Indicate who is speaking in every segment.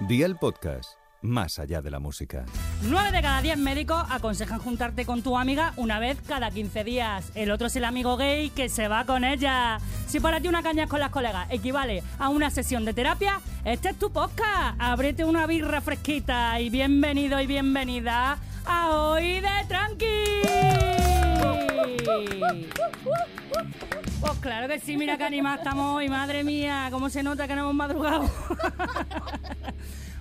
Speaker 1: Día el podcast, más allá de la música.
Speaker 2: 9 de cada 10 médicos aconsejan juntarte con tu amiga una vez cada 15 días. El otro es el amigo gay que se va con ella. Si para ti una caña con las colegas equivale a una sesión de terapia, este es tu podcast. Ábrete una birra fresquita y bienvenido y bienvenida a Hoy de Tranqui. Pues claro que sí, mira que animados estamos hoy, madre mía, cómo se nota que no hemos madrugado.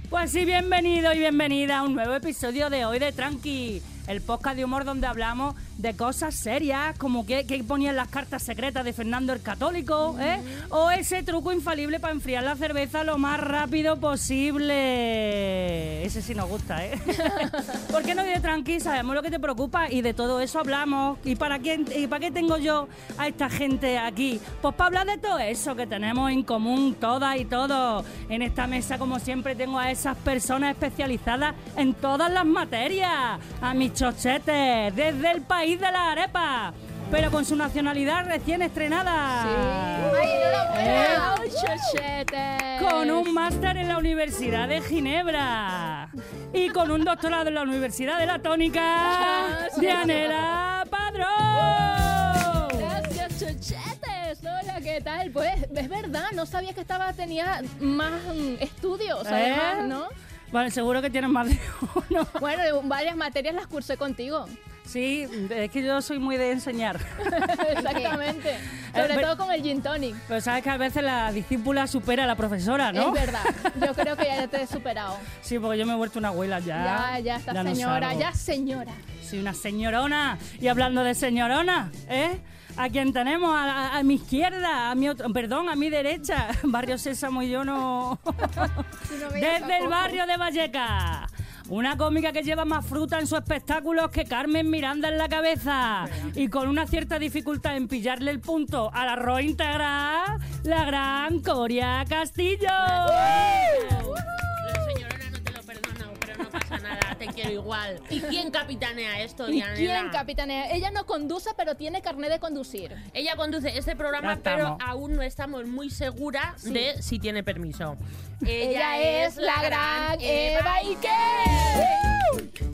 Speaker 2: Pues sí, bienvenido y bienvenida a un nuevo episodio de Hoy de Tranqui, el podcast de humor donde hablamos de cosas serias, como que, que ponían las cartas secretas de Fernando el Católico, ¿eh? o ese truco infalible para enfriar la cerveza lo más rápido posible. Ese sí nos gusta, ¿eh? Porque no Hoy de Tranqui sabemos lo que te preocupa y de todo eso hablamos. ¿Y para, quién, y para qué tengo yo a esta gente aquí? Pues para hablar de todo eso que tenemos en común todas y todos. En esta mesa, como siempre, tengo a esas personas especializadas en todas las materias. A mis chochetes, desde el país de la arepa, pero con su nacionalidad recién estrenada.
Speaker 3: ¡Ay, enhorabuena!
Speaker 2: Eh,
Speaker 3: ¡Chochetes!
Speaker 2: Con un máster en la Universidad de Ginebra. Y con un doctorado en la Universidad de la Tónica, Dianela Padrón.
Speaker 3: ¡Gracias, chochetes! Hola, ¿qué tal? Pues, es verdad, no sabía que estaba, tenía más mm, estudios,
Speaker 2: ¿Eh?
Speaker 3: además, ¿no?
Speaker 2: Vale, seguro que tienes más de uno.
Speaker 3: Bueno, varias materias las cursé contigo.
Speaker 2: Sí, es que yo soy muy de enseñar.
Speaker 3: Exactamente.
Speaker 2: Eh,
Speaker 3: Sobre
Speaker 2: pero-
Speaker 3: todo con el gin tonic.
Speaker 2: Pero sabes que a veces la discípula supera a la profesora, Ah, ¿no?
Speaker 3: Es verdad. Yo creo que ya te he superado.
Speaker 2: Sí, porque yo me he vuelto una abuela Ah, ya.
Speaker 3: Ya, ya está,
Speaker 2: no
Speaker 3: señora.
Speaker 2: salgo.
Speaker 3: Ya, señora.
Speaker 2: Soy una señorona. Y hablando de señorona, ¿eh? A quien tenemos, a, a- a mi izquierda, a mi otro- perdón, a mi derecha, Barrio Sésamo y yo no. Desde el barrio de Valleca. Una cómica que lleva más fruta en sus espectáculos que Carmen Miranda en la cabeza. Y con una cierta dificultad en pillarle el punto al arroz integral, la gran Coria Castillo.
Speaker 4: Lo de señorona no te lo perdono, pero no pasa nada, te quiero igual. ¿Y quién capitanea esto,
Speaker 3: ¿Y
Speaker 4: Dianela?
Speaker 3: quién, capitanea? Ella no conduce, pero tiene carnet de conducir.
Speaker 4: Ella conduce este programa,
Speaker 2: Ya
Speaker 4: pero
Speaker 2: estamos.
Speaker 4: aún no estamos muy seguras de si tiene permiso.
Speaker 3: Ella, es la gran Eva Iker.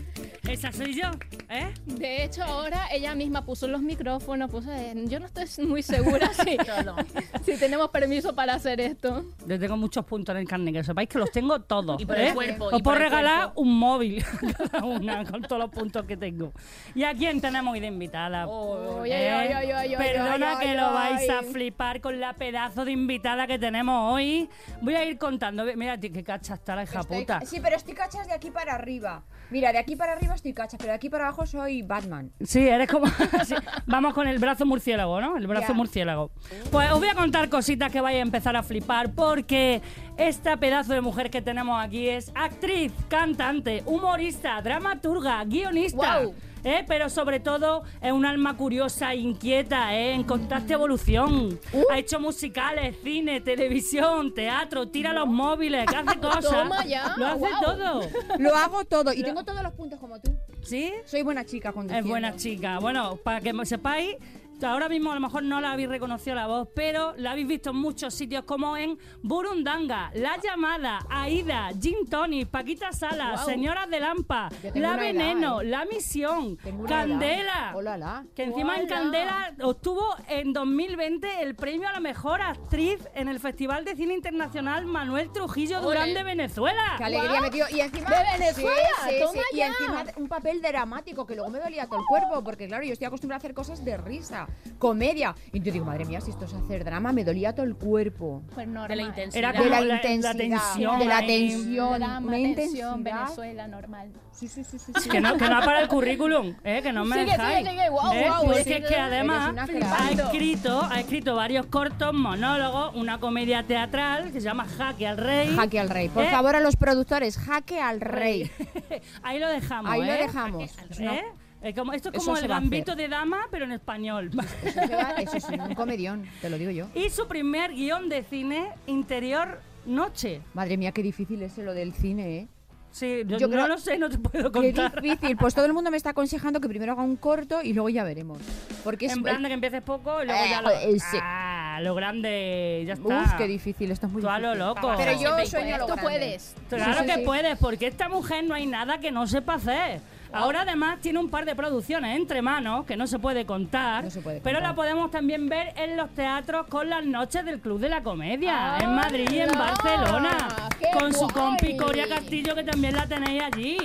Speaker 2: Esa soy yo, ¿eh?
Speaker 3: De hecho, ahora ella misma puso los micrófonos, puso... eh, Yo no estoy muy segura si,
Speaker 4: Todo.
Speaker 3: si tenemos permiso para hacer esto.
Speaker 2: Yo tengo muchos puntos en el carnet, que sepáis que los tengo todos.
Speaker 4: Y por el
Speaker 2: ¿eh?
Speaker 4: cuerpo, y
Speaker 2: Os
Speaker 4: por
Speaker 2: puedo
Speaker 4: el
Speaker 2: regalar
Speaker 4: cuerpo.
Speaker 2: un móvil a cada una con todos los puntos que tengo. ¿Y a quién tenemos hoy de invitada?
Speaker 4: Oh,
Speaker 3: Oye,
Speaker 2: ¿Eh?
Speaker 3: oye, oye, oye,
Speaker 2: Perdona
Speaker 3: oye,
Speaker 2: que
Speaker 3: oye,
Speaker 2: lo vais a
Speaker 3: oye.
Speaker 2: flipar con la pedazo de invitada que tenemos hoy. Voy a ir contando. Ve- Mira, tío, qué cacha está la hija
Speaker 5: Estoy-
Speaker 2: puta.
Speaker 5: Sí, pero estoy cachas de aquí para arriba. Mira, de aquí para arriba estoy cachas, pero de aquí para abajo soy Batman.
Speaker 2: Sí, eres como. sí. Vamos con el brazo murciélago, ¿no? El brazo
Speaker 5: Ya.
Speaker 2: murciélago. Pues os voy a contar cositas que vais a empezar a flipar, porque esta pedazo de mujer que tenemos aquí es actriz, cantante, humorista, dramaturga, guionista.
Speaker 3: Guau.
Speaker 2: ¿eh? Pero sobre todo es un alma curiosa, inquieta, ¿eh? en constante evolución.
Speaker 3: Uh.
Speaker 2: Ha hecho musicales, cine, televisión, teatro, tira los móviles, que hace cosas.
Speaker 3: Toma ya,
Speaker 2: Lo hace
Speaker 3: guau.
Speaker 2: todo.
Speaker 5: Lo hago todo y tengo todos los puntos como tú.
Speaker 2: ¿Sí?
Speaker 5: Soy buena chica conduciendo.
Speaker 2: Es buena chica. Bueno, para que sepáis, ahora mismo a lo mejor no la habéis reconocido la voz, pero la habéis visto en muchos sitios como en Burundanga, La Llamada, Aida, Jim Tony, Paquita Sala,
Speaker 3: Guau.
Speaker 2: Señoras de Lampa,
Speaker 5: Yo tengo
Speaker 2: La
Speaker 5: una edad,
Speaker 2: Veneno,
Speaker 5: ¿eh?
Speaker 2: La Misión,
Speaker 5: Tengo una
Speaker 2: Candela.
Speaker 5: edad. Hola, la.
Speaker 2: Que encima en
Speaker 3: Hola.
Speaker 2: Candela obtuvo en 2020 el premio a la mejor actriz en el Festival de Cine Internacional Manuel Trujillo
Speaker 3: Ole.
Speaker 2: Durán de Venezuela.
Speaker 5: Qué alegría me dio. Y encima.
Speaker 3: De Venezuela,
Speaker 5: Sí, sí,
Speaker 3: toma
Speaker 5: sí. Y
Speaker 3: ya.
Speaker 5: encima un papel dramático que luego me dolía todo el cuerpo, porque claro, yo estoy acostumbrada a hacer cosas de risa, comedia. Y yo digo, madre mía, si esto es hacer drama, me dolía todo el cuerpo.
Speaker 3: Pues normal.
Speaker 4: De la intensidad.
Speaker 2: Era
Speaker 5: De
Speaker 2: como
Speaker 5: la
Speaker 2: la- la
Speaker 5: intensidad.
Speaker 2: tensión
Speaker 5: de la
Speaker 2: ahí.
Speaker 5: tensión.
Speaker 3: Drama,
Speaker 5: una
Speaker 3: tensión,
Speaker 5: intensidad.
Speaker 3: Venezuela, normal.
Speaker 5: Sí, sí, sí, sí. sí.
Speaker 2: Que no, que no para el currículum, ¿eh? que no me
Speaker 3: Sigue,
Speaker 2: dejáis.
Speaker 3: sigue, sigue, guau,
Speaker 2: ¿Eh?
Speaker 3: guau,
Speaker 2: Porque
Speaker 3: sigue.
Speaker 2: es que además
Speaker 5: Eres una
Speaker 2: ha
Speaker 5: crack.
Speaker 2: escrito, ha escrito varios cortos, monólogos, una comedia teatral que se llama Jaque al Rey.
Speaker 5: Jaque al rey. Por
Speaker 2: ¿Eh?
Speaker 5: favor, a los productores, jaque al rey.
Speaker 2: Ahí lo dejamos.
Speaker 5: Ahí lo
Speaker 2: ¿eh?
Speaker 5: dejamos.
Speaker 2: ¿Eh? Es como- esto es
Speaker 5: Eso
Speaker 2: como
Speaker 5: se
Speaker 2: el
Speaker 5: va a
Speaker 2: gambito de dama, pero en español.
Speaker 5: Eso se va- Eso es un comedión, te lo digo yo.
Speaker 2: y su primer guión de cine, Interior Noche.
Speaker 5: Madre mía, qué difícil es lo del cine, ¿eh?
Speaker 2: Sí, yo,
Speaker 5: Yo
Speaker 2: no
Speaker 5: creo-
Speaker 2: lo sé, no te puedo
Speaker 5: Qué
Speaker 2: contar.
Speaker 5: difícil. Pues todo el mundo me está aconsejando que primero haga un corto y luego ya veremos. Porque es
Speaker 2: En plan de que empieces poco y luego
Speaker 5: Eh,
Speaker 2: ya lo...
Speaker 5: joder, sí.
Speaker 2: Ah, a lo grande, ya está.
Speaker 5: Uf, qué difícil, esto es muy
Speaker 2: Tú a lo
Speaker 5: difícil.
Speaker 2: loco.
Speaker 5: Pero yo
Speaker 3: Siempre
Speaker 5: sueño a lo
Speaker 3: Tú
Speaker 5: grande.
Speaker 3: puedes.
Speaker 2: Claro
Speaker 5: Sí, sí,
Speaker 2: que
Speaker 5: sí.
Speaker 2: puedes, porque esta mujer no hay nada que no sepa hacer. Ahora además tiene un par de producciones entre manos que no se puede contar,
Speaker 5: No se puede
Speaker 2: pero
Speaker 5: contar.
Speaker 2: la podemos también ver en los teatros con las noches del Club de la Comedia,
Speaker 5: Ah,
Speaker 2: en Madrid y en
Speaker 3: ¡Hala!
Speaker 2: Barcelona,
Speaker 3: ¡Qué
Speaker 2: con su
Speaker 3: guay!
Speaker 2: compi Coria Castillo que también la tenéis allí.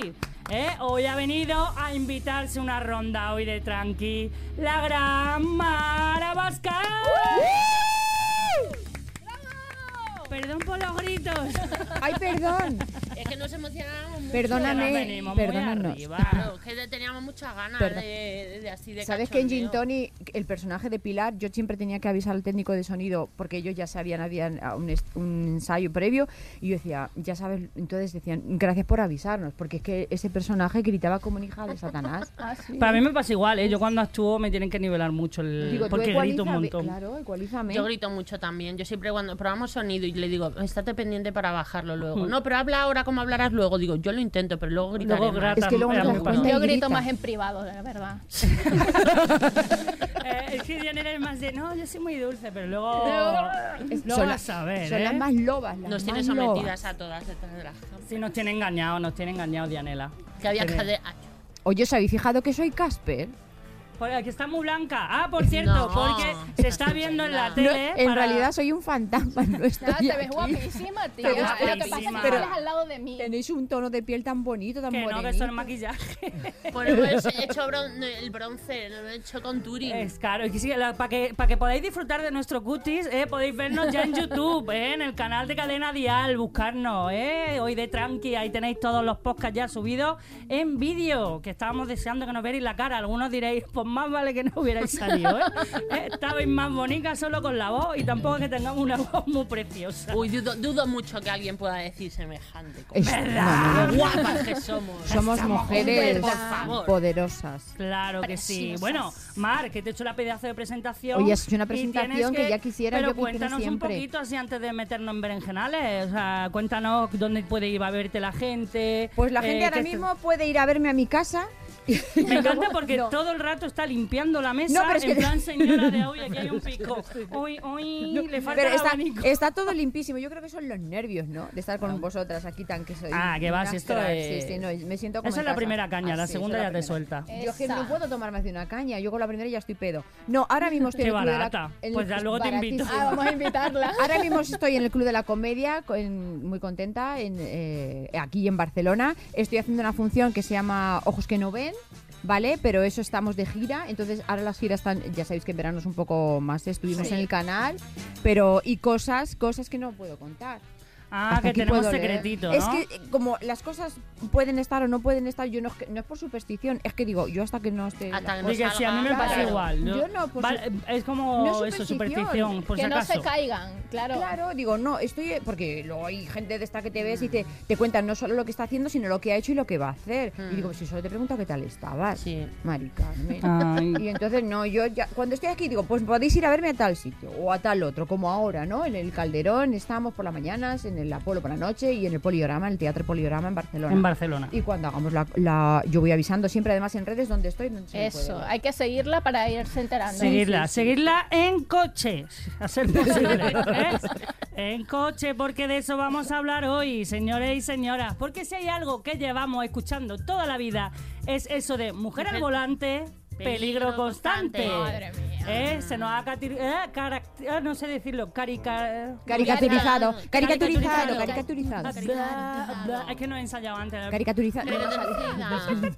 Speaker 2: ¿eh? Hoy ha venido a invitarse una ronda hoy de tranqui, la gran Mara Bascal. Perdón por los gritos.
Speaker 5: Ay, perdón.
Speaker 4: Es que nos emocionábamos mucho.
Speaker 5: Perdóname,
Speaker 2: Ahora venimos muy
Speaker 5: perdónanos.
Speaker 2: arriba.
Speaker 4: Claro, que le teníamos muchas ganas
Speaker 5: Perdón.
Speaker 4: de, de así de
Speaker 5: ¿Sabes que en Gin
Speaker 4: cachondeo.
Speaker 5: Tony, el personaje de Pilar, yo siempre tenía que avisar al técnico de sonido porque ellos ya sabían, habían ah, un, est- un ensayo previo y yo decía, ya sabes, entonces decían, gracias por avisarnos, porque es que ese personaje gritaba como una hija de Satanás.
Speaker 2: Para mí me pasa igual, ¿eh? Yo cuando actúo me tienen que nivelar mucho el...
Speaker 5: Digo, tú
Speaker 2: porque grito un
Speaker 5: ecualiza-
Speaker 2: montón.
Speaker 5: Claro, ecualízame.
Speaker 4: Yo grito mucho también. Yo siempre cuando probamos sonido y le digo, estate pendiente para bajarlo luego. No, pero habla ahora como hablarás luego. Digo, yo lo intento, pero luego gritaré
Speaker 2: Luego
Speaker 4: más.
Speaker 5: Es que luego
Speaker 2: Era
Speaker 5: nos
Speaker 2: muy
Speaker 5: das cuenta
Speaker 2: pasado.
Speaker 5: y
Speaker 3: Yo grito
Speaker 5: gritas.
Speaker 3: más en privado, la verdad.
Speaker 2: Eh, es que yo no era más de, no, yo soy muy dulce, pero luego...
Speaker 5: Es-
Speaker 2: luego
Speaker 5: son
Speaker 2: a
Speaker 5: las-
Speaker 2: saber,
Speaker 5: Son
Speaker 2: ¿eh?
Speaker 5: las más lobas, las
Speaker 4: Nos
Speaker 5: más
Speaker 4: tiene
Speaker 5: lobas.
Speaker 4: sometidas a todas detrás de la cama.
Speaker 2: Sí, nos tiene engañado, nos tiene engañado Dianela.
Speaker 4: Que había que
Speaker 2: Tiene-
Speaker 4: hacer...
Speaker 5: Oye, ¿os habéis fijado que soy Casper?
Speaker 2: Joder, aquí está muy blanca. Ah, por cierto,
Speaker 4: No,
Speaker 2: porque se está
Speaker 4: estás
Speaker 2: viendo en la
Speaker 4: estupenda.
Speaker 5: No,
Speaker 2: tele...
Speaker 5: en
Speaker 2: eh, para-
Speaker 5: realidad soy un fantasma, no estoy
Speaker 3: Nada, te ves
Speaker 5: aquí.
Speaker 3: guapísima, tía.
Speaker 2: Te ves
Speaker 3: Lo que pasa es que
Speaker 2: guapísima.
Speaker 3: tú eres al lado de mí.
Speaker 5: Tenéis un tono de piel tan bonito, tan
Speaker 2: Que no, que
Speaker 5: morenito.
Speaker 2: son maquillaje.
Speaker 4: Por eso he hecho bron- el bronce, lo he hecho con Turing.
Speaker 2: Es caro. para que, pa' que podáis disfrutar de nuestro cutis, eh, podéis vernos ya en YouTube, eh, en el canal de Cadena Dial, buscarnos. eh, hoy de Tranqui, ahí tenéis todos los podcasts ya subidos en vídeo, que estábamos deseando que nos vierais la cara. Algunos diréis, pues más vale que no hubierais salido. ¿eh? Eh, estabais más bonitas solo con la voz y tampoco es que tengamos una voz muy preciosa.
Speaker 4: Uy, dudo, dudo mucho que alguien pueda decir semejante. cosa.
Speaker 5: Es- no, no, no, no.
Speaker 4: Guapas que somos.
Speaker 5: Somos mujeres
Speaker 4: por favor.
Speaker 5: poderosas.
Speaker 2: Claro que sí.
Speaker 3: Preciosas.
Speaker 2: Bueno, Mar, que te he hecho la pedazo de presentación.
Speaker 5: Oye, has hecho una
Speaker 2: y tienes
Speaker 5: presentación que ya quisiera
Speaker 2: pero
Speaker 5: yo que hiciera
Speaker 2: cuéntanos
Speaker 5: siempre.
Speaker 2: un poquito así antes de meternos en berenjenales. O sea, cuéntanos dónde puede ir a verte la gente.
Speaker 5: Pues la
Speaker 2: eh,
Speaker 5: gente ahora
Speaker 2: que esto-
Speaker 5: mismo puede ir a verme a mi casa.
Speaker 2: Me encanta porque todo el rato está limpiando la mesa
Speaker 5: No, pero es
Speaker 2: en
Speaker 5: que-
Speaker 2: plan señora de hoy, aquí hay un pico. Hoy, hoy le falta
Speaker 5: Pero
Speaker 2: el
Speaker 5: está,
Speaker 2: abanico.
Speaker 5: está todo limpísimo. Yo creo que son los nervios, ¿no? De estar con vosotras aquí tan que soy.
Speaker 2: Ah, que vas,
Speaker 5: unas
Speaker 2: esto
Speaker 5: cracks.
Speaker 2: es-
Speaker 5: Sí, sí, no, me siento como
Speaker 2: Esa
Speaker 5: en
Speaker 2: es la
Speaker 5: casa.
Speaker 2: primera caña, la
Speaker 5: Ah, sí,
Speaker 2: segunda
Speaker 5: esa
Speaker 2: ya
Speaker 5: es
Speaker 2: te
Speaker 5: la primera.
Speaker 2: suelta.
Speaker 5: Yo es que
Speaker 3: Esa.
Speaker 5: no puedo tomar más de una caña. Yo con la primera ya estoy pedo. No, ahora mismo estoy
Speaker 2: Qué
Speaker 5: en el club de la-
Speaker 2: barata.
Speaker 5: en-
Speaker 2: Pues ya luego te invito.
Speaker 5: baratísimo.
Speaker 3: Ah, vamos a invitarla.
Speaker 5: Ahora mismo estoy en el Club de la Comedia, con- muy contenta, en, eh, aquí en Barcelona. Estoy haciendo una función que se llama Ojos que no ven, ¿vale? Pero eso estamos de gira, entonces ahora las giras están, ya sabéis que en verano es un poco más, estuvimos en el canal, pero y cosas, cosas que no puedo contar.
Speaker 2: Ah,
Speaker 5: Hasta
Speaker 2: que
Speaker 5: aquí
Speaker 2: tenemos
Speaker 5: puedo leer.
Speaker 2: secretito, ¿no?
Speaker 5: Es que eh, como las cosas pueden estar o no pueden estar, yo no, es que- no es por superstición, es que digo, yo hasta que no esté...
Speaker 4: Hasta que
Speaker 2: Y que sí, a mí me
Speaker 4: Claro.
Speaker 2: pasa igual. ¿no?
Speaker 5: Yo no, por
Speaker 2: Vale, es como
Speaker 5: no es
Speaker 2: eso,
Speaker 5: superstición,
Speaker 2: superstición, por
Speaker 3: que
Speaker 2: si
Speaker 3: no
Speaker 2: acaso.
Speaker 3: se caigan, claro.
Speaker 5: Claro, digo, no, estoy. Porque luego hay gente de esta que te ves y te, te cuentan no solo lo que está haciendo, sino lo que ha hecho y lo que va a hacer. Y digo, pues si solo te pregunto qué tal estabas,
Speaker 4: Sí.
Speaker 5: Mari Carmen.
Speaker 2: Ay.
Speaker 5: Y entonces, no, yo ya. Cuando estoy aquí, digo, pues podéis ir a verme a tal sitio o a tal otro, como ahora, ¿no? En el Calderón estamos por las mañanas, en el Apolo por la noche y en el Poliorama, en el Teatro Poliorama en Barcelona.
Speaker 2: En Barcelona.
Speaker 5: y cuando hagamos la, la- Yo voy avisando siempre, además, en redes donde estoy. Donde se me puede
Speaker 3: Eso,
Speaker 5: ver.
Speaker 3: hay que seguirla para irse enterando.
Speaker 2: Seguirla, seguirla en coche, a ser posible. ¿eh? En coche, porque de eso vamos a hablar hoy, señores y señoras. Porque si hay algo que llevamos escuchando toda la vida, es eso de mujer al
Speaker 4: Mujer-
Speaker 2: volante, peligro
Speaker 4: peligro
Speaker 2: constante.
Speaker 4: constante.
Speaker 3: Madre mía.
Speaker 2: ¿Eh? Se nos ha cati- eh, caract- ah, no sé decirlo, carica...
Speaker 5: Caricaturizado, caricaturizado,
Speaker 2: Caricaturizado.
Speaker 5: caricaturizado.
Speaker 2: Bla, bla. Es que no he ensayado antes. la
Speaker 5: Caricaturizado.
Speaker 4: Pero decida.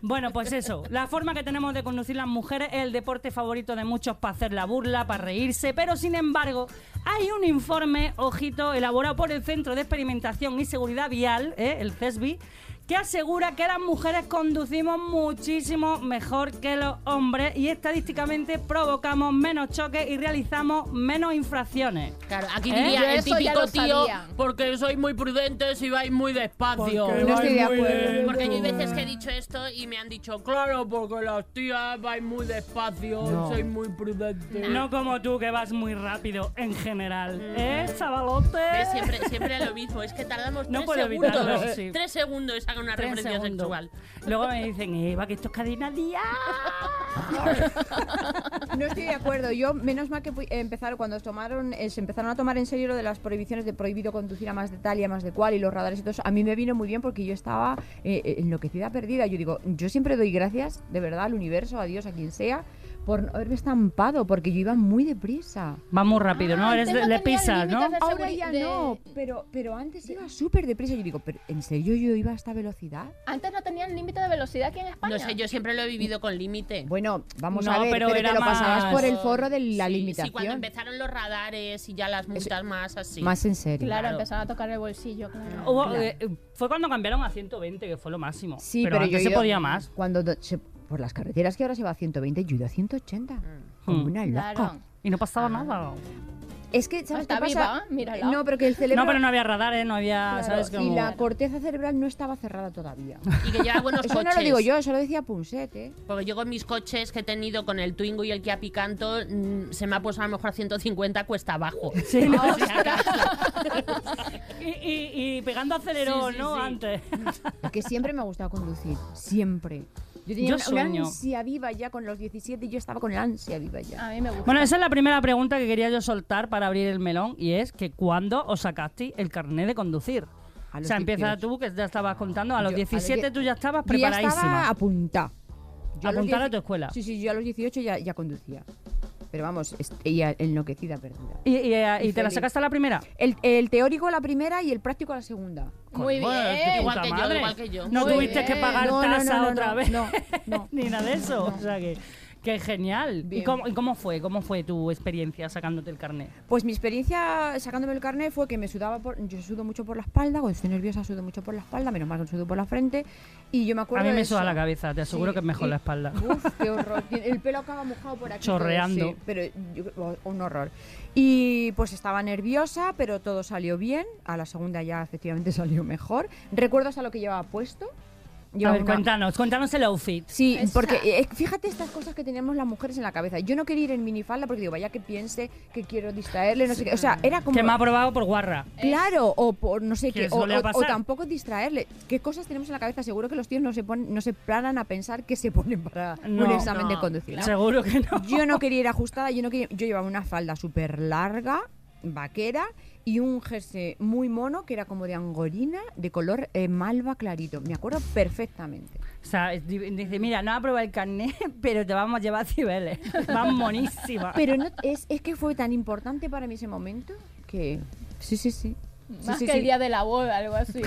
Speaker 2: Bueno, pues eso, la forma que tenemos de conducir las mujeres es el deporte favorito de muchos para hacer la burla, para reírse, pero sin embargo hay un informe, ojito, elaborado por el Centro de Experimentación y Seguridad Vial, ¿eh? el CESBI, que asegura que las mujeres conducimos muchísimo mejor que los hombres y estadísticamente provocamos menos choques y realizamos menos infracciones.
Speaker 4: Claro, aquí
Speaker 2: ¿Eh?
Speaker 3: Yo
Speaker 4: diría el
Speaker 3: eso ya
Speaker 4: típico
Speaker 3: lo
Speaker 4: tío,
Speaker 3: sabía.
Speaker 4: porque sois muy prudentes y vais muy despacio.
Speaker 2: Porque
Speaker 5: No estoy de
Speaker 2: Muy
Speaker 5: acuerdo.
Speaker 2: bien.
Speaker 4: Porque yo hay veces que he dicho esto y me han dicho, claro, porque las tías vais muy despacio,
Speaker 5: No.
Speaker 4: sois muy prudentes.
Speaker 2: No como tú que vas muy rápido en general, ¿eh, chavalote?
Speaker 4: Ves, Siempre, siempre lo mismo, es que tardamos
Speaker 2: No
Speaker 4: tres
Speaker 2: puedo
Speaker 4: segundos.
Speaker 2: evitarlo, sí.
Speaker 4: Tres segundos haga una
Speaker 2: Tres
Speaker 4: referencia
Speaker 2: segundos.
Speaker 4: sexual.
Speaker 2: Luego me dicen, Eva, que esto es cadena día.
Speaker 5: No estoy de acuerdo. Yo, menos mal que fui- eh, empezaron cuando tomaron, eh, se empezaron a tomar en serio lo de las prohibiciones de prohibido conducir a más de tal y a más de cual y los radares y todo eso. A mí me vino muy bien porque yo estaba eh, eh, enloquecida, perdida. Yo digo, yo siempre doy gracias, de verdad, al universo, a Dios, a quien sea, por no haberme estampado, porque yo iba muy deprisa.
Speaker 2: Va muy rápido, ¿no?
Speaker 3: Ah,
Speaker 2: Eres
Speaker 3: usted
Speaker 2: de-
Speaker 3: no
Speaker 2: le
Speaker 3: tenía
Speaker 2: pisas, ¿no?
Speaker 3: límites de
Speaker 5: Ahora
Speaker 3: seguri-
Speaker 5: ya
Speaker 3: de-
Speaker 5: no, pero, pero antes iba súper deprisa. Yo digo, ¿pero ¿en serio yo iba a esta velocidad?
Speaker 3: Antes no tenían límite de velocidad aquí en España.
Speaker 4: No sé, yo siempre lo he vivido con límite.
Speaker 5: Bueno, vamos
Speaker 2: No,
Speaker 5: a ver,
Speaker 2: pero
Speaker 5: pero,
Speaker 2: era
Speaker 5: te lo
Speaker 2: más-
Speaker 5: pasabas por el forro de la
Speaker 4: Sí,
Speaker 5: limitación.
Speaker 4: Sí, cuando empezaron los radares y ya las multas más así.
Speaker 5: Más en serio.
Speaker 3: Claro,
Speaker 4: Claro.
Speaker 3: empezaron a tocar el bolsillo, claro.
Speaker 2: Hubo-
Speaker 5: Claro.
Speaker 2: eh, fue cuando cambiaron a 120, que fue lo máximo.
Speaker 5: Sí,
Speaker 2: pero,
Speaker 5: pero, yo
Speaker 2: antes
Speaker 5: he
Speaker 2: se
Speaker 5: ido-
Speaker 2: podía más.
Speaker 5: Cuando do- se- por las carreteras que ahora se va a 120, yo he ido a 180. Como
Speaker 2: Mm.
Speaker 5: una loca.
Speaker 3: Claro.
Speaker 2: Y no pasaba nada.
Speaker 5: Es que, ¿sabes
Speaker 3: Está
Speaker 5: qué pasa?
Speaker 3: viva, mírala.
Speaker 5: No, pero que el cerebro
Speaker 2: No, pero no había radares, no había,
Speaker 3: Claro,
Speaker 2: ¿sabes?
Speaker 5: y
Speaker 2: Como...
Speaker 5: la corteza cerebral no estaba cerrada todavía.
Speaker 4: Y que lleva buenos
Speaker 5: eso
Speaker 4: coches.
Speaker 5: no lo digo yo, eso lo decía Punset, ¿eh?
Speaker 4: Porque yo con mis coches que he tenido, con el Twingo y el Kia Picanto, mm, se me ha puesto a lo mejor a 150 cuesta abajo.
Speaker 2: Sí, ¿no?
Speaker 4: O sea, casi.
Speaker 2: y, y- y pegando acelerón,
Speaker 4: Sí, sí,
Speaker 2: ¿no?
Speaker 4: sí.
Speaker 2: Antes.
Speaker 5: Que siempre me ha gustado conducir, siempre.
Speaker 2: Yo
Speaker 5: Yo tenía una- una,
Speaker 2: sueño.
Speaker 5: ansia viva ya con los 17 y yo estaba con el ansia viva ya.
Speaker 2: Ah,
Speaker 3: A mí me gusta.
Speaker 2: Bueno, esa es la primera pregunta que quería yo soltar para abrir el melón y es que ¿cuándo os sacaste el carnet de conducir?
Speaker 5: A
Speaker 2: O
Speaker 5: los
Speaker 2: sea, empieza
Speaker 5: 18.
Speaker 2: tú, que ya estabas contando, a los
Speaker 5: Yo- a los
Speaker 2: 17
Speaker 5: die-
Speaker 2: tú ya estabas
Speaker 5: Yo ya estaba
Speaker 2: preparadísima.
Speaker 5: apuntada.
Speaker 2: Yo
Speaker 5: los
Speaker 2: apuntada a
Speaker 5: 10
Speaker 2: tu escuela.
Speaker 5: Sí, sí, yo a los 18 ya, ya conducía. Pero vamos, est- ella enloquecida, perdida.
Speaker 2: ¿Y, y, eh, y te la
Speaker 5: feliz.
Speaker 2: sacaste a la primera?
Speaker 5: El, el teórico a la primera y el práctico a la segunda.
Speaker 3: Muy bien.
Speaker 2: Joder, qué
Speaker 4: Igual
Speaker 2: puta
Speaker 4: que yo,
Speaker 2: madre.
Speaker 4: igual que yo.
Speaker 2: No
Speaker 3: Muy
Speaker 2: tuviste que
Speaker 3: bien.
Speaker 2: pagar
Speaker 5: No, no, no,
Speaker 2: tasa
Speaker 5: no,
Speaker 2: otra
Speaker 5: no,
Speaker 2: vez.
Speaker 5: no, no.
Speaker 2: Ni nada de eso. O sea que, que genial. ¿Y
Speaker 5: Bien.
Speaker 2: cómo, y cómo fue? ¿Cómo fue tu experiencia sacándote el carnet?
Speaker 5: Pues mi experiencia sacándome el carnet fue que me sudaba por, yo sudo mucho por la espalda, cuando estoy nerviosa sudo mucho por la espalda, menos mal que no sudo por la frente y yo me acuerdo
Speaker 2: a mí me
Speaker 5: de
Speaker 2: suda
Speaker 5: eso.
Speaker 2: la cabeza, te aseguro
Speaker 5: Sí,
Speaker 2: que es mejor
Speaker 5: y-
Speaker 2: la espalda.
Speaker 5: Uf, qué horror. Tiene- El pelo acaba mojado por aquí. todo,
Speaker 2: Chorreando.
Speaker 5: sí, pero yo- oh, un horror. Y pues estaba nerviosa, pero todo salió bien. A la segunda ya efectivamente salió mejor. ¿Recuerdas a lo que llevaba puesto?
Speaker 2: a
Speaker 5: Llevaba
Speaker 2: ver,
Speaker 5: una-
Speaker 2: cuéntanos, cuéntanos el outfit.
Speaker 5: Sí,
Speaker 3: Esa.
Speaker 5: porque eh, fíjate estas cosas que teníamos las mujeres en la cabeza. Yo no quería ir en minifalda porque digo, vaya que piense que quiero distraerle, no sé qué. O sea, era como...
Speaker 2: Que me ha probado por guarra.
Speaker 5: Claro, o por no sé
Speaker 2: Que
Speaker 5: qué,
Speaker 2: eso
Speaker 5: o,
Speaker 2: le va a
Speaker 5: o- o
Speaker 2: pasar.
Speaker 5: tampoco distraerle. ¿Qué cosas tenemos en la cabeza? Seguro que los tíos no se ponen, no se planan a pensar que se ponen para
Speaker 2: No,
Speaker 5: un examen de
Speaker 4: no,
Speaker 5: conducir. Ah, ¿no?
Speaker 2: Seguro que no.
Speaker 5: Yo no quería ir ajustada, yo no quería, yo llevaba una falda súper larga, vaquera y un jersey muy mono que era como de angolina, de color eh, malva clarito. Me acuerdo perfectamente.
Speaker 2: O sea, es di- dice, mira, no aprueba el carnet, pero te vamos a llevar a Cibeles. Van monísimas.
Speaker 5: Pero no, es, es que fue tan importante para mí ese momento que... Sí, sí, sí. Sí,
Speaker 3: Más
Speaker 5: sí,
Speaker 3: que
Speaker 5: sí.
Speaker 3: el día de la boda, algo así.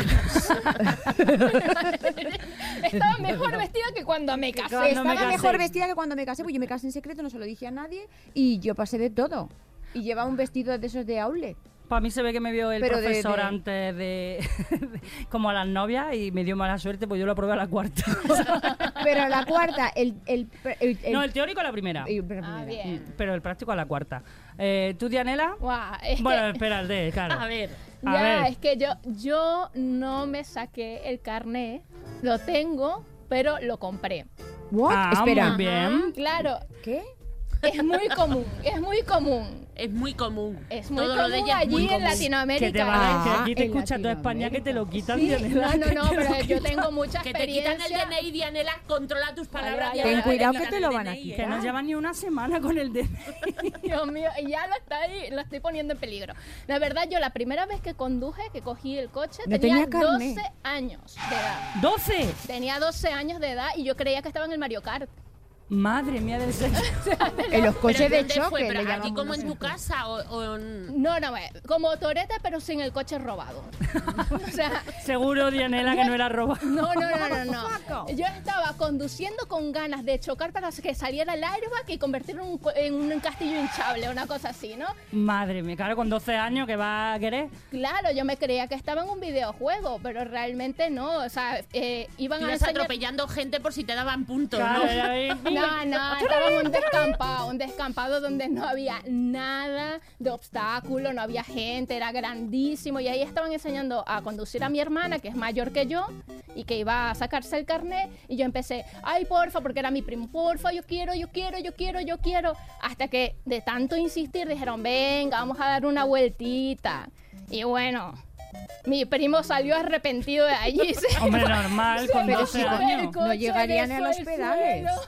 Speaker 3: Estaba mejor vestida que cuando me casé.
Speaker 2: cuando me
Speaker 5: Estaba
Speaker 2: casé.
Speaker 5: mejor vestida que cuando me casé, pues yo me casé en secreto, no se lo dije a nadie y yo pasé de todo. Y llevaba un vestido de esos de aule.
Speaker 2: Para mí se ve que me vio el
Speaker 5: Pero de-
Speaker 2: profesor
Speaker 5: de-
Speaker 2: antes de, como a las novias y me dio mala suerte pues yo lo aprobé a la cuarta.
Speaker 5: Pero la cuarta, el... el, el- el-
Speaker 2: no, el teórico a la primera,
Speaker 5: el- pero
Speaker 3: Ah,
Speaker 5: primera.
Speaker 3: bien.
Speaker 2: pero el práctico a la cuarta. Eh, ¿Tú, Dianela?
Speaker 3: Guau, es
Speaker 2: Bueno,
Speaker 3: que-
Speaker 2: espérate, claro.
Speaker 4: A ver.
Speaker 2: a
Speaker 3: ya,
Speaker 2: ver.
Speaker 5: este-
Speaker 3: es que yo, yo no me saqué el carné. Lo tengo, pero lo compré.
Speaker 5: What?
Speaker 2: Ah,
Speaker 5: Espera.
Speaker 2: muy bien.
Speaker 3: Claro,
Speaker 5: ¿Qué?
Speaker 3: es muy común, es muy común.
Speaker 4: Es muy común.
Speaker 3: Es muy
Speaker 4: Todo lo
Speaker 3: común
Speaker 4: de ella es
Speaker 3: allí
Speaker 4: muy
Speaker 3: en
Speaker 4: común.
Speaker 3: Latinoamérica.
Speaker 2: Que te van a- que
Speaker 5: Ah,
Speaker 2: aquí te
Speaker 5: en
Speaker 2: escucha toda España que te lo quitan,
Speaker 3: Sí,
Speaker 2: Dianela.
Speaker 3: no, no,
Speaker 2: que
Speaker 3: no,
Speaker 2: te lo
Speaker 3: pero yo
Speaker 2: quitan.
Speaker 3: tengo mucha
Speaker 4: Que te quitan el
Speaker 3: experiencia.
Speaker 4: DNI, Dianela, controla tus palabras.
Speaker 3: Ay, ay, ay.
Speaker 4: Dianela,
Speaker 5: Ten cuidado
Speaker 4: quitan
Speaker 5: que te
Speaker 4: el
Speaker 5: lo van a
Speaker 4: DNI, ¿eh?
Speaker 2: Que no lleva ni una semana con el DNI.
Speaker 3: Dios mío, y ya lo está ahí, lo estoy poniendo en peligro. La verdad, yo la primera vez que conduje, que cogí el coche,
Speaker 5: No
Speaker 3: tenía,
Speaker 5: tenía carné.
Speaker 3: 12 años de edad.
Speaker 2: ¡12!
Speaker 3: Tenía 12 años de edad y yo creía que estaba en el Mario Kart.
Speaker 2: Madre mía del señor.
Speaker 5: En los
Speaker 4: Pero
Speaker 5: coches Pues de
Speaker 4: ¿dónde fue?
Speaker 5: choque
Speaker 4: Pero
Speaker 5: le
Speaker 4: aquí
Speaker 5: llamamos
Speaker 4: como en tu
Speaker 5: nosotros.
Speaker 4: casa o, o en-
Speaker 3: No, no, eh, como toreta, pero sin el coche robado. o sea,
Speaker 2: Seguro, Dianela, que no era roba.
Speaker 3: no, no, no, no, no. Yo estaba conduciendo con ganas de chocar para que saliera el airbag y convertirlo en un, co- en un castillo hinchable, una cosa así, ¿no?
Speaker 2: Madre mía, claro, con 12 años que va a querer.
Speaker 3: Claro, yo me creía que estaba en un videojuego, pero realmente no. O sea, eh, iban a
Speaker 4: ibas
Speaker 3: enseñar...
Speaker 4: atropellando gente por si te daban puntos,
Speaker 2: Claro,
Speaker 4: ¿no?
Speaker 2: ya veis.
Speaker 3: No, no, estaba en un descampado, un descampado donde no había nada de obstáculo, no había gente, era grandísimo y ahí estaban enseñando a conducir a mi hermana, que es mayor que yo y que iba a sacarse el carnet y yo empecé, ay porfa, porque era mi primo, porfa, yo quiero, yo quiero, yo quiero, yo quiero, hasta que de tanto insistir dijeron, venga, vamos a dar una vueltita y bueno... Mi primo salió arrepentido de allí. se
Speaker 2: Hombre, normal, con
Speaker 5: Pero
Speaker 2: 12
Speaker 5: sí,
Speaker 3: bajó del
Speaker 2: años.
Speaker 5: No llegarían a
Speaker 3: besó
Speaker 5: los
Speaker 3: el
Speaker 5: pedales.
Speaker 3: suelo,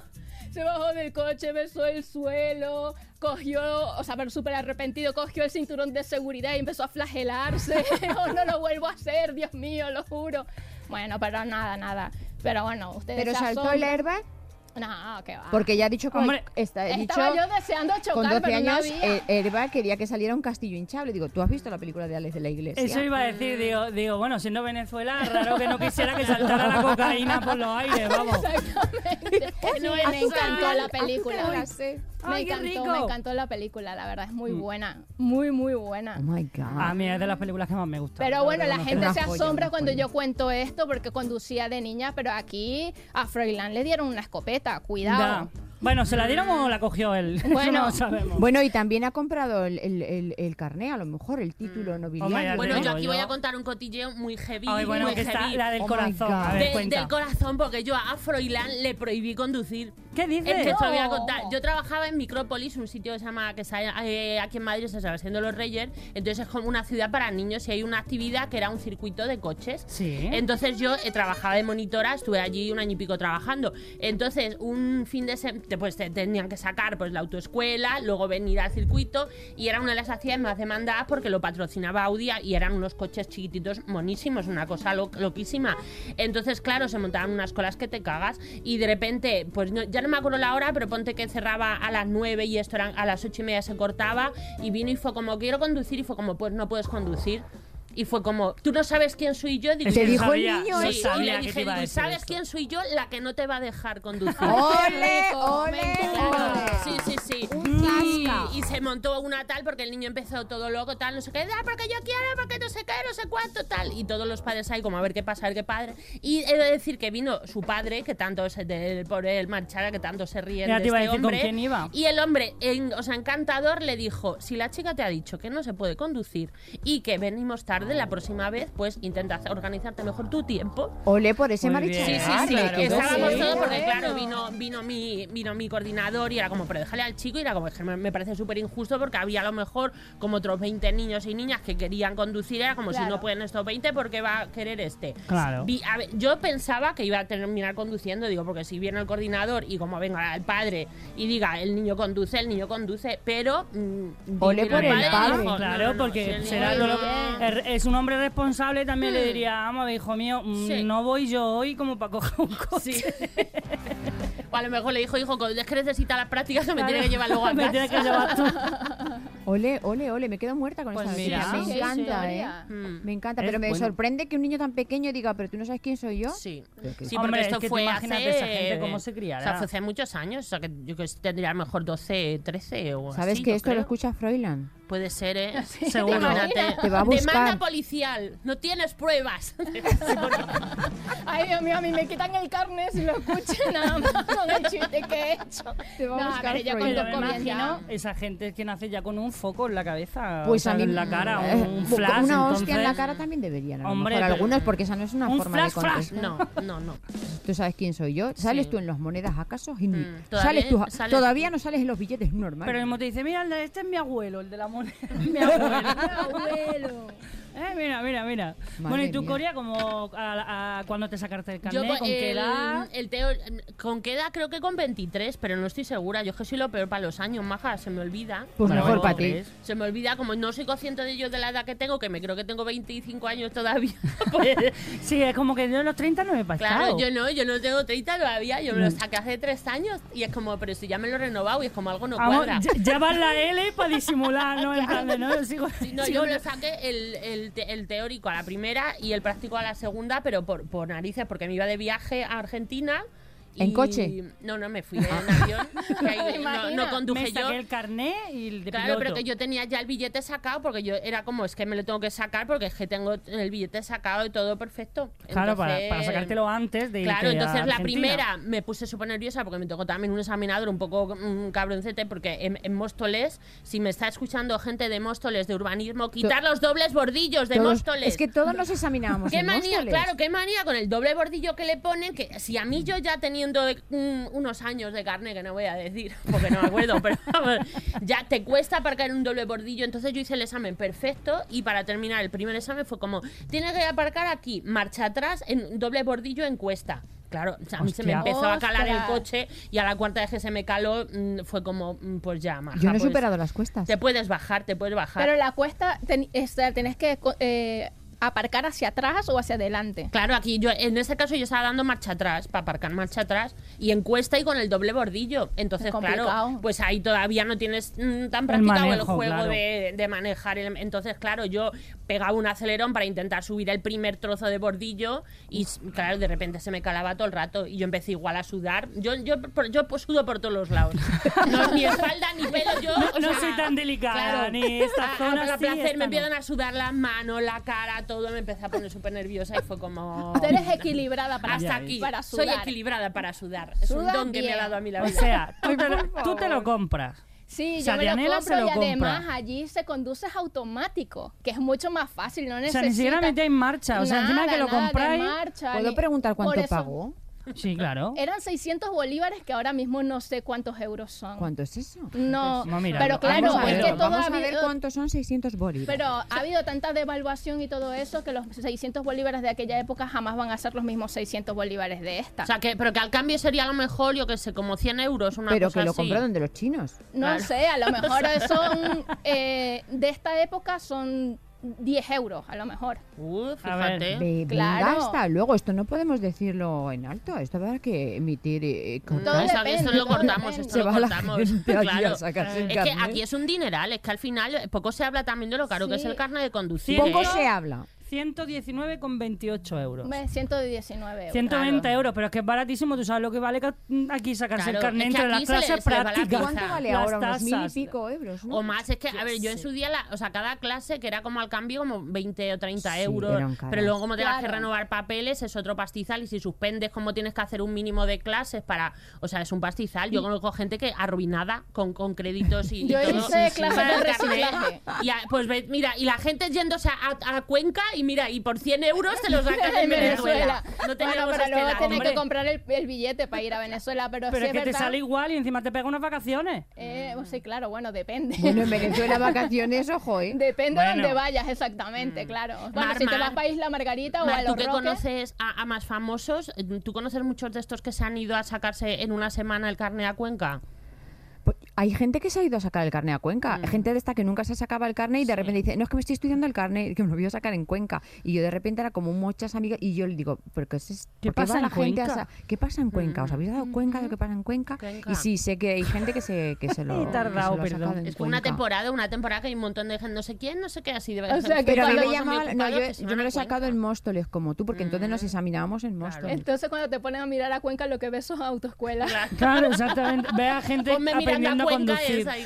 Speaker 3: Se bajó del coche, besó el suelo, cogió, o sea, pero súper arrepentido, cogió el cinturón de seguridad y empezó a flagelarse. oh, no lo vuelvo a hacer, Dios mío, lo juro. Bueno, pero nada, nada. Pero bueno, ustedes
Speaker 5: Pero
Speaker 3: se
Speaker 5: saltó
Speaker 3: asombran.
Speaker 5: el airbag
Speaker 3: No, que
Speaker 4: Ah.
Speaker 3: va.
Speaker 5: porque ya ha dicho que
Speaker 2: Hombre,
Speaker 5: está, he dicho
Speaker 3: Estaba yo deseando chocar,
Speaker 5: con 12
Speaker 3: pero
Speaker 5: años eh,
Speaker 3: no había.
Speaker 5: el airbag quería que saliera un castillo hinchable. Digo, ¿tú has visto la película de Alex de la Iglesia?
Speaker 2: Eso iba a decir, digo, digo, bueno, siendo Venezuela, raro que no quisiera que saltara la cocaína por los aires, vamos.
Speaker 3: Exactamente. No, me encantó la película. Me
Speaker 2: Ay, qué
Speaker 3: encantó,
Speaker 2: rico.
Speaker 3: me encantó la película, la verdad es muy
Speaker 5: Mm.
Speaker 3: buena, muy muy buena.
Speaker 5: Oh my god.
Speaker 2: A mí es de las películas que más me gusta.
Speaker 3: Pero bueno, la
Speaker 2: Reconozco.
Speaker 3: gente
Speaker 5: una
Speaker 3: se
Speaker 5: joya,
Speaker 3: asombra
Speaker 5: una
Speaker 3: cuando
Speaker 5: joya.
Speaker 3: yo cuento esto porque conducía de niña, pero aquí a Froilán le dieron una escopeta, cuidado.
Speaker 2: Da. Bueno, ¿se la dieron o la cogió él? Eso
Speaker 3: Bueno.
Speaker 2: no lo sabemos.
Speaker 5: Bueno, y también ha comprado el, el, el- el carné, a lo mejor, el título nobiliario.
Speaker 2: Hombre,
Speaker 5: ¿no?
Speaker 4: Mm. Bueno,
Speaker 2: digo
Speaker 4: yo aquí
Speaker 2: yo.
Speaker 4: voy a contar un cotilleo muy heavy.
Speaker 2: Ay, bueno,
Speaker 4: muy
Speaker 2: que está
Speaker 4: heavy.
Speaker 2: la del
Speaker 5: Oh my
Speaker 2: corazón. A
Speaker 5: God.
Speaker 2: ver,
Speaker 4: De-
Speaker 2: cuenta.
Speaker 4: del corazón, porque yo a Froilán le prohibí conducir.
Speaker 2: ¿Qué
Speaker 4: Es que
Speaker 2: dices?
Speaker 4: te lo voy a
Speaker 3: No.
Speaker 4: contar. Yo trabajaba en Micrópolis, un sitio que se llama, que se- eh, aquí en Madrid se llama Siendo los Reyes. Entonces es como una ciudad para niños y hay una actividad que era un circuito de coches.
Speaker 2: Sí.
Speaker 4: Entonces yo eh, trabajaba de monitora, estuve allí un año y pico trabajando. Entonces un fin de semana, pues te tenían que sacar pues la autoescuela, luego venir al circuito y era una de las actividades más demandadas porque lo patrocinaba Audi y eran unos coches chiquititos monísimos, una cosa lo- loquísima. Entonces claro, se montaban unas colas que te cagas y de repente, pues no- ya no me acuerdo la hora, pero ponte que cerraba a las 9 y esto eran a las 8 y media se cortaba y vino y fue como quiero conducir y fue como pues no puedes conducir. Y fue como, ¿tú no sabes quién soy yo? Digo,
Speaker 2: Es que
Speaker 5: Te
Speaker 2: yo
Speaker 5: dijo el
Speaker 2: sabía,
Speaker 5: niño
Speaker 2: yo
Speaker 4: Sí, y
Speaker 2: sabía
Speaker 4: le
Speaker 2: que te
Speaker 4: dije,
Speaker 2: iba a
Speaker 4: digo, ¿y
Speaker 2: decir
Speaker 4: ¿sabes
Speaker 2: eso.
Speaker 4: quién soy yo? La que no te va a dejar conducir.
Speaker 5: ¡Ole, ole,
Speaker 3: Claro.
Speaker 5: ole!
Speaker 4: Sí, sí, sí.
Speaker 5: Un
Speaker 4: Y,
Speaker 5: casca.
Speaker 4: y se montó una tal porque el niño empezó todo loco, tal, no sé qué, ah, porque yo quiero, porque no sé qué, no sé cuánto, tal. Y todos los padres ahí como a ver qué pasa, a ver qué padre. Y he de decir que vino su padre, que tanto se, del pobre el marchara, que tanto se ríe de
Speaker 2: Ya te iba a
Speaker 4: este
Speaker 2: decir con
Speaker 4: hombre.
Speaker 2: quién iba.
Speaker 4: Y el hombre, en- o sea, encantador, le dijo, si la chica te ha dicho que no se puede conducir y que venimos tarde la próxima vez, pues intenta organizarte mejor tu tiempo
Speaker 5: Ole por ese
Speaker 2: Muy
Speaker 5: marichalar.
Speaker 4: Sí,
Speaker 2: bien.
Speaker 4: sí, sí.
Speaker 5: le quedó
Speaker 4: Estábamos
Speaker 5: bien.
Speaker 4: todos porque,
Speaker 3: bueno.
Speaker 4: claro, vino, vino, mi, vino mi coordinador y era como, pero déjale al chico. Y era como, "Es que me, me parece súper injusto porque había a lo mejor como otros 20 niños y niñas que querían conducir. Era como, si
Speaker 3: Claro.
Speaker 4: no pueden estos 20, ¿por qué va a querer este?
Speaker 2: Claro.
Speaker 4: Vi- a ver, yo pensaba que iba a terminar conduciendo, digo, porque si viene el coordinador y como venga el padre y diga, el niño conduce, el niño conduce, pero. mm,
Speaker 5: Ole
Speaker 4: vino
Speaker 5: por el
Speaker 4: y
Speaker 5: padre.
Speaker 4: dijo, "No, no,
Speaker 2: Claro,
Speaker 4: no, si el
Speaker 2: porque
Speaker 4: niño
Speaker 2: será
Speaker 4: no".
Speaker 2: lo er- es un hombre responsable también le diría, vamos, a ver, hijo mío, mm,
Speaker 4: Sí.
Speaker 2: no voy yo hoy como para coger un coche.
Speaker 4: Sí. O a lo mejor le dijo, hijo, es que necesita las prácticas que me tiene que llevar luego a
Speaker 2: Me
Speaker 4: casa.
Speaker 2: tiene que llevar tú.
Speaker 5: Ole, ole, ole. Me quedo muerta con
Speaker 2: Pues
Speaker 5: esta
Speaker 2: mira.
Speaker 5: noticia.
Speaker 2: Sí,
Speaker 5: Me
Speaker 3: qué
Speaker 5: encanta, ¿eh?
Speaker 3: historia.
Speaker 4: Mm.
Speaker 5: Me encanta,
Speaker 2: Es
Speaker 5: pero me
Speaker 2: bueno.
Speaker 5: sorprende que un niño tan pequeño diga, pero tú no sabes quién soy yo.
Speaker 4: Sí,
Speaker 5: Pero que-
Speaker 4: sí porque
Speaker 2: Hombre, es
Speaker 4: esto
Speaker 2: que tú
Speaker 4: fue
Speaker 2: imagínate
Speaker 4: hace...
Speaker 2: esa gente cómo se criará.
Speaker 4: O sea, fue hace muchos años, o sea, que yo que tendría a lo mejor 12, 13 o
Speaker 2: pues,
Speaker 4: así,
Speaker 5: ¿Sabes que
Speaker 4: yo
Speaker 5: esto lo
Speaker 4: creo.
Speaker 5: escucha Froilán?
Speaker 4: Puede ser, ¿eh?
Speaker 2: Seguro.
Speaker 4: Imagínate.
Speaker 5: Te va a buscar.
Speaker 4: Demanda policial, no tienes pruebas.
Speaker 3: Ay, Dios mío, a mí me quitan el carnet si lo escuchan nada más con el chiste que he hecho.
Speaker 5: Te va a
Speaker 3: No,
Speaker 5: buscar
Speaker 3: pero yo
Speaker 5: Freud.
Speaker 2: Pero me
Speaker 3: conduzco bien,
Speaker 2: imagino
Speaker 3: ya.
Speaker 2: esa gente que nace ya con un foco en la cabeza,
Speaker 5: Pues
Speaker 2: o sea,
Speaker 5: a mí-
Speaker 2: en la cara,
Speaker 5: eh,
Speaker 2: un flash.
Speaker 5: Una hostia en la
Speaker 2: entonces-
Speaker 5: cara también deberían. A lo
Speaker 2: Hombre,
Speaker 5: mejor
Speaker 2: pero-
Speaker 5: algunos, porque esa no es una
Speaker 2: Un
Speaker 5: forma
Speaker 2: flash,
Speaker 5: de
Speaker 2: flash,
Speaker 5: contestar.
Speaker 4: No, no, no.
Speaker 5: ¿Tú sabes quién soy yo? ¿Sales
Speaker 4: Sí.
Speaker 5: tú en las monedas acaso?
Speaker 4: Mm, todavía
Speaker 5: ¿Sales tú?
Speaker 4: sales-
Speaker 5: Todavía no sales en los billetes normales.
Speaker 2: Pero el mismo te dice, mira, el de- este es mi abuelo, el de la moneda. mi abuelo.
Speaker 3: Abuelo.
Speaker 2: Eh, mira, mira, mira. bueno, ¿y tú,
Speaker 5: mía.
Speaker 2: Coria, como a, a- cuándo te sacaste el carnet?
Speaker 4: co-
Speaker 2: ¿Con qué
Speaker 4: el-
Speaker 2: edad?
Speaker 4: el teo, con qué edad creo que con 23, pero no estoy segura. Yo es que soy lo peor para los años, maja, se me olvida.
Speaker 5: Pues
Speaker 2: Bueno,
Speaker 5: mejor
Speaker 2: bueno,
Speaker 5: para ti.
Speaker 2: tres.
Speaker 4: Se me olvida, como no soy consciente de yo de la edad que tengo, que me creo que tengo 25 años todavía. pues,
Speaker 2: Sí, es como que yo a los 30 no me he pasado.
Speaker 4: claro, yo no, yo no tengo 30 todavía, yo me lo saqué hace 3 años y es como, pero si ya me lo he renovado y es como algo no
Speaker 2: Vamos,
Speaker 4: cuadra.
Speaker 2: ya, ya va la L para disimular, ¿no? En plan de, no, yo sigo,
Speaker 4: Sí, no,
Speaker 2: sigo
Speaker 4: yo me lo saqué el, el te- el teórico a la primera y el práctico a la segunda, pero por, por narices, porque me iba de viaje a Argentina. y-
Speaker 5: ¿En coche?
Speaker 4: No, no, me fui en avión. que ahí
Speaker 3: ¿Te
Speaker 4: no, no
Speaker 3: imaginas?
Speaker 4: conduje
Speaker 2: me
Speaker 4: yo.
Speaker 2: saqué el carnet y el de
Speaker 4: Claro,
Speaker 2: piloto.
Speaker 4: pero que yo tenía ya el billete sacado porque yo era como, es que me lo tengo que sacar porque es que tengo el billete sacado y todo perfecto.
Speaker 2: Claro, para,
Speaker 4: Entonces-
Speaker 2: para sacártelo antes de irte
Speaker 4: Claro,
Speaker 2: a
Speaker 4: entonces la
Speaker 2: Argentina.
Speaker 4: primera me puse súper nerviosa porque me tocó también un examinador un poco mm, cabroncete porque en, en Móstoles, si me está escuchando gente de Móstoles, de urbanismo, quitar los dobles bordillos de
Speaker 5: Todos-
Speaker 4: Móstoles.
Speaker 5: Es que todos nos examinábamos
Speaker 4: Qué
Speaker 5: en
Speaker 4: manía,
Speaker 5: Pues Móstoles.
Speaker 4: claro, qué manía con el doble bordillo que le ponen, que si a mí yo ya tenía ciento de un- unos años de carne que no voy a decir, porque no me acuerdo, pero vamos, ya te cuesta aparcar en un doble bordillo. Entonces yo hice el examen perfecto y para terminar el primer examen fue como, tienes que aparcar aquí, marcha atrás, en doble bordillo en cuesta. Claro, o sea, a mí se me
Speaker 2: Hostia.
Speaker 4: empezó a calar el
Speaker 3: Ostras.
Speaker 4: coche y a la cuarta vez que se me caló mm, fue como, mm, pues ya, maja,
Speaker 5: Yo no he
Speaker 4: pues,
Speaker 5: superado las cuestas.
Speaker 4: Te puedes bajar, te puedes bajar.
Speaker 3: Pero la cuesta ten- o sea, tenés que co- eh, aparcar hacia atrás o hacia adelante.
Speaker 4: Claro, aquí yo en este caso yo estaba dando marcha atrás, para aparcar marcha atrás, y en cuesta y con el doble bordillo. Entonces,
Speaker 3: Es complicado.
Speaker 4: claro, pues ahí todavía no tienes mm, tan practicado el,
Speaker 2: manejo,
Speaker 4: juego
Speaker 2: claro.
Speaker 4: de, de manejar. el- entonces, claro, yo pegaba un acelerón para intentar subir el primer trozo de bordillo y, s- claro, de repente se me calaba todo el rato y yo empecé igual a sudar. Yo, yo, por- yo pues, sudo por todos los lados. No, ni espalda, ni pelo, yo... o
Speaker 2: No
Speaker 4: sea,
Speaker 2: soy tan delicada,
Speaker 4: claro.
Speaker 2: ni esta
Speaker 4: A-
Speaker 2: zona
Speaker 4: a- a
Speaker 2: sí,
Speaker 4: placer,
Speaker 2: esta
Speaker 4: me
Speaker 2: no.
Speaker 4: empiezan a sudar las manos, la cara, todo. Me empecé a poner súper nerviosa y fue como...
Speaker 5: Ah,
Speaker 3: Tú eres equilibrada para,
Speaker 4: Hasta aquí.
Speaker 3: para
Speaker 4: Soy
Speaker 3: sudar.
Speaker 4: equilibrada para sudar. Es un
Speaker 3: Suda
Speaker 4: don que me ha
Speaker 3: bien.
Speaker 4: dado a mí la
Speaker 2: O
Speaker 4: vida.
Speaker 2: sea, tú te, lo, tú te lo compras.
Speaker 3: Sí,
Speaker 2: O sea,
Speaker 3: yo me
Speaker 2: Dianela
Speaker 3: lo
Speaker 2: se
Speaker 3: compro
Speaker 2: lo
Speaker 3: y además
Speaker 2: compra.
Speaker 3: allí se conduces automático, que es mucho más fácil, no
Speaker 2: O
Speaker 3: necesitas
Speaker 2: sea, ni siquiera metéis marcha. O sea, encima
Speaker 3: nada,
Speaker 2: que lo
Speaker 3: nada de
Speaker 2: compráis.
Speaker 3: marcha,
Speaker 5: ¿Puedo
Speaker 3: ni-
Speaker 5: preguntar
Speaker 3: por
Speaker 5: cuánto
Speaker 3: eso-
Speaker 5: pagó?
Speaker 2: Sí, claro.
Speaker 4: Eh,
Speaker 3: Eran 600 bolívares que ahora mismo no sé cuántos euros son.
Speaker 5: ¿Cuánto es eso?
Speaker 3: No,
Speaker 2: Pues Vamos a mirarlo.
Speaker 3: pero claro,
Speaker 5: vamos a
Speaker 3: es
Speaker 5: ver,
Speaker 3: que todo
Speaker 5: vamos
Speaker 3: ha
Speaker 5: a ver
Speaker 3: habido-
Speaker 5: cuántos son 600 bolívares.
Speaker 3: Pero ha habido tanta devaluación y todo eso que los 600 bolívares de aquella época jamás van a ser los mismos 600 bolívares de esta.
Speaker 4: O sea, que, pero que al cambio sería a lo mejor, yo que sé, como 100 euros, una
Speaker 5: Pero
Speaker 4: cosa
Speaker 5: que lo
Speaker 4: así.
Speaker 5: compró donde los chinos.
Speaker 3: no
Speaker 4: claro.
Speaker 3: sé, a lo mejor son eh, de esta época son 10 euros, a lo mejor.
Speaker 4: Uh,
Speaker 2: ver.
Speaker 4: fíjate.
Speaker 5: Ve- Venga,
Speaker 3: Claro.
Speaker 5: hasta luego. Esto no podemos decirlo en alto. Esto habrá que emitir. eh, con-
Speaker 4: No, eso,
Speaker 3: depende,
Speaker 4: esto lo
Speaker 3: todo
Speaker 4: cortamos,
Speaker 3: depende.
Speaker 4: esto
Speaker 5: Se
Speaker 4: lo
Speaker 5: va la
Speaker 4: cortamos.
Speaker 5: gente allí a
Speaker 4: claro.
Speaker 5: sacarse el
Speaker 4: es que
Speaker 5: carnet.
Speaker 4: aquí es un dineral, es que al final poco se habla también de lo caro que es
Speaker 3: Sí.
Speaker 4: el carnet de conducir.
Speaker 5: Poco
Speaker 4: ¿eh?
Speaker 5: se habla.
Speaker 2: 119,28 euros.
Speaker 3: Ve, 119 euros.
Speaker 2: 120 euros, pero es que es baratísimo. Tú sabes lo que vale ca- aquí sacarse el
Speaker 4: Claro,
Speaker 2: carnet
Speaker 4: es que
Speaker 2: entre las
Speaker 4: aquí se le-
Speaker 2: clases
Speaker 4: se le va la
Speaker 2: prácticas.
Speaker 4: pinza.
Speaker 5: ¿Cuánto vale
Speaker 2: Las
Speaker 5: ahora? Unos mil y
Speaker 2: tasas.
Speaker 5: pico euros, ¿no?
Speaker 4: O más, es que, a ver, yo en su día, la- o sea, cada clase que era como al cambio como 20 o 30
Speaker 5: Sí, eran
Speaker 4: euros,
Speaker 5: caras.
Speaker 4: pero luego como tengas que
Speaker 3: Claro.
Speaker 4: renovar papeles es otro pastizal y si suspendes como tienes que hacer un mínimo de clases para, o sea, es un pastizal. Yo conozco gente que arruinada con, con créditos y, y
Speaker 3: Yo
Speaker 4: todo.
Speaker 3: hice clases
Speaker 4: para
Speaker 3: de
Speaker 4: el carnet.
Speaker 3: reciclaje.
Speaker 4: Y a- pues ve- mira, y la gente yéndose a, a Cuenca y mira, y por 100 euros te los sacan en
Speaker 3: en Venezuela.
Speaker 4: Venezuela. No
Speaker 3: bueno,
Speaker 4: tenemos
Speaker 3: pero luego
Speaker 4: este
Speaker 3: tienes
Speaker 4: dato.
Speaker 3: que comprar el, el billete para ir a Venezuela, pero, sí
Speaker 2: Pero es que te
Speaker 3: verdad.
Speaker 2: sale igual y encima te pega unas vacaciones.
Speaker 3: Eh, pues sí, claro, bueno, depende.
Speaker 5: Bueno, en Venezuela vacaciones, ojo, ¿eh?
Speaker 3: depende
Speaker 2: Bueno. Mm.
Speaker 3: de dónde vayas exactamente, claro. Bueno,
Speaker 4: Mar,
Speaker 3: si te
Speaker 4: Mar.
Speaker 3: vas para Isla Margarita o
Speaker 4: Mar,
Speaker 3: a
Speaker 4: tú
Speaker 3: Los
Speaker 4: que
Speaker 3: Roques,
Speaker 4: conoces a, a más famosos, ¿tú conoces muchos de estos que se han ido a sacarse en una semana el carne a Cuenca?
Speaker 5: Pues Hay gente que se ha ido a sacar el carne a Cuenca.
Speaker 2: Mm.
Speaker 5: Gente de esta que nunca se sacaba el carne y de repente dice, no, es que me estoy estudiando el carne, que me lo voy a sacar en Cuenca. Y yo de repente era como muchas amigas y yo le digo, ¿pero qué, es,
Speaker 2: ¿Qué
Speaker 5: por qué
Speaker 2: pasa
Speaker 5: va
Speaker 2: en
Speaker 5: la gente a
Speaker 2: Cuenca?
Speaker 5: sa- ¿Qué pasa en Cuenca? ¿Os habéis dado cuenta de lo que pasa en Cuenca?
Speaker 4: Cuenca.
Speaker 5: Y sí, sé que hay gente que se, que se lo,
Speaker 2: He
Speaker 5: que se
Speaker 2: tardado,
Speaker 5: lo ha sacado
Speaker 2: perdón.
Speaker 5: en
Speaker 4: Es que una
Speaker 5: Cuenca.
Speaker 4: temporada, una temporada que hay un montón de gente, no sé quién, no sé qué, así de
Speaker 3: O sea, que
Speaker 5: Pero a mí
Speaker 3: cuando
Speaker 5: me
Speaker 3: vos
Speaker 5: llamaba, no, yo,
Speaker 4: pues
Speaker 5: yo me lo he sacado en
Speaker 4: móvil.
Speaker 5: Móstoles como tú, porque entonces
Speaker 2: Mm.
Speaker 5: nos examinábamos en Móstoles.
Speaker 3: entonces cuando te ponen a mirar a Cuenca lo que ves son autoescuelas.
Speaker 2: Claro, exactamente. Ve a gente
Speaker 4: Ponme Miranda
Speaker 2: aprendiendo a
Speaker 4: Cuenca
Speaker 2: conducir.
Speaker 4: esa y-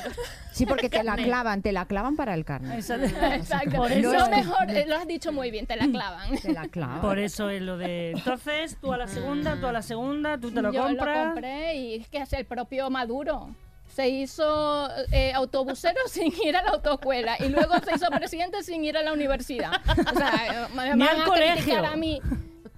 Speaker 5: Sí, porque te la clavan, te la clavan para el carne.
Speaker 2: Exacto.
Speaker 3: Exacto.
Speaker 2: Por
Speaker 3: Lo
Speaker 2: eso- Mm.
Speaker 3: mejor, eh, lo has dicho muy bien, te la clavan.
Speaker 5: Te la
Speaker 3: Ah,
Speaker 5: clavan.
Speaker 2: Por eso es lo de. Entonces, tú a la segunda, tú a la segunda, tú te lo
Speaker 3: Yo lo
Speaker 2: compras.
Speaker 3: compré y es que es el propio Maduro. Se hizo eh, autobusero sin ir a la autoescuela y luego se hizo presidente sin ir a la universidad. O sea, eh, me
Speaker 2: Ni
Speaker 3: van
Speaker 2: al
Speaker 3: a
Speaker 2: colegio.
Speaker 3: criticar a mí,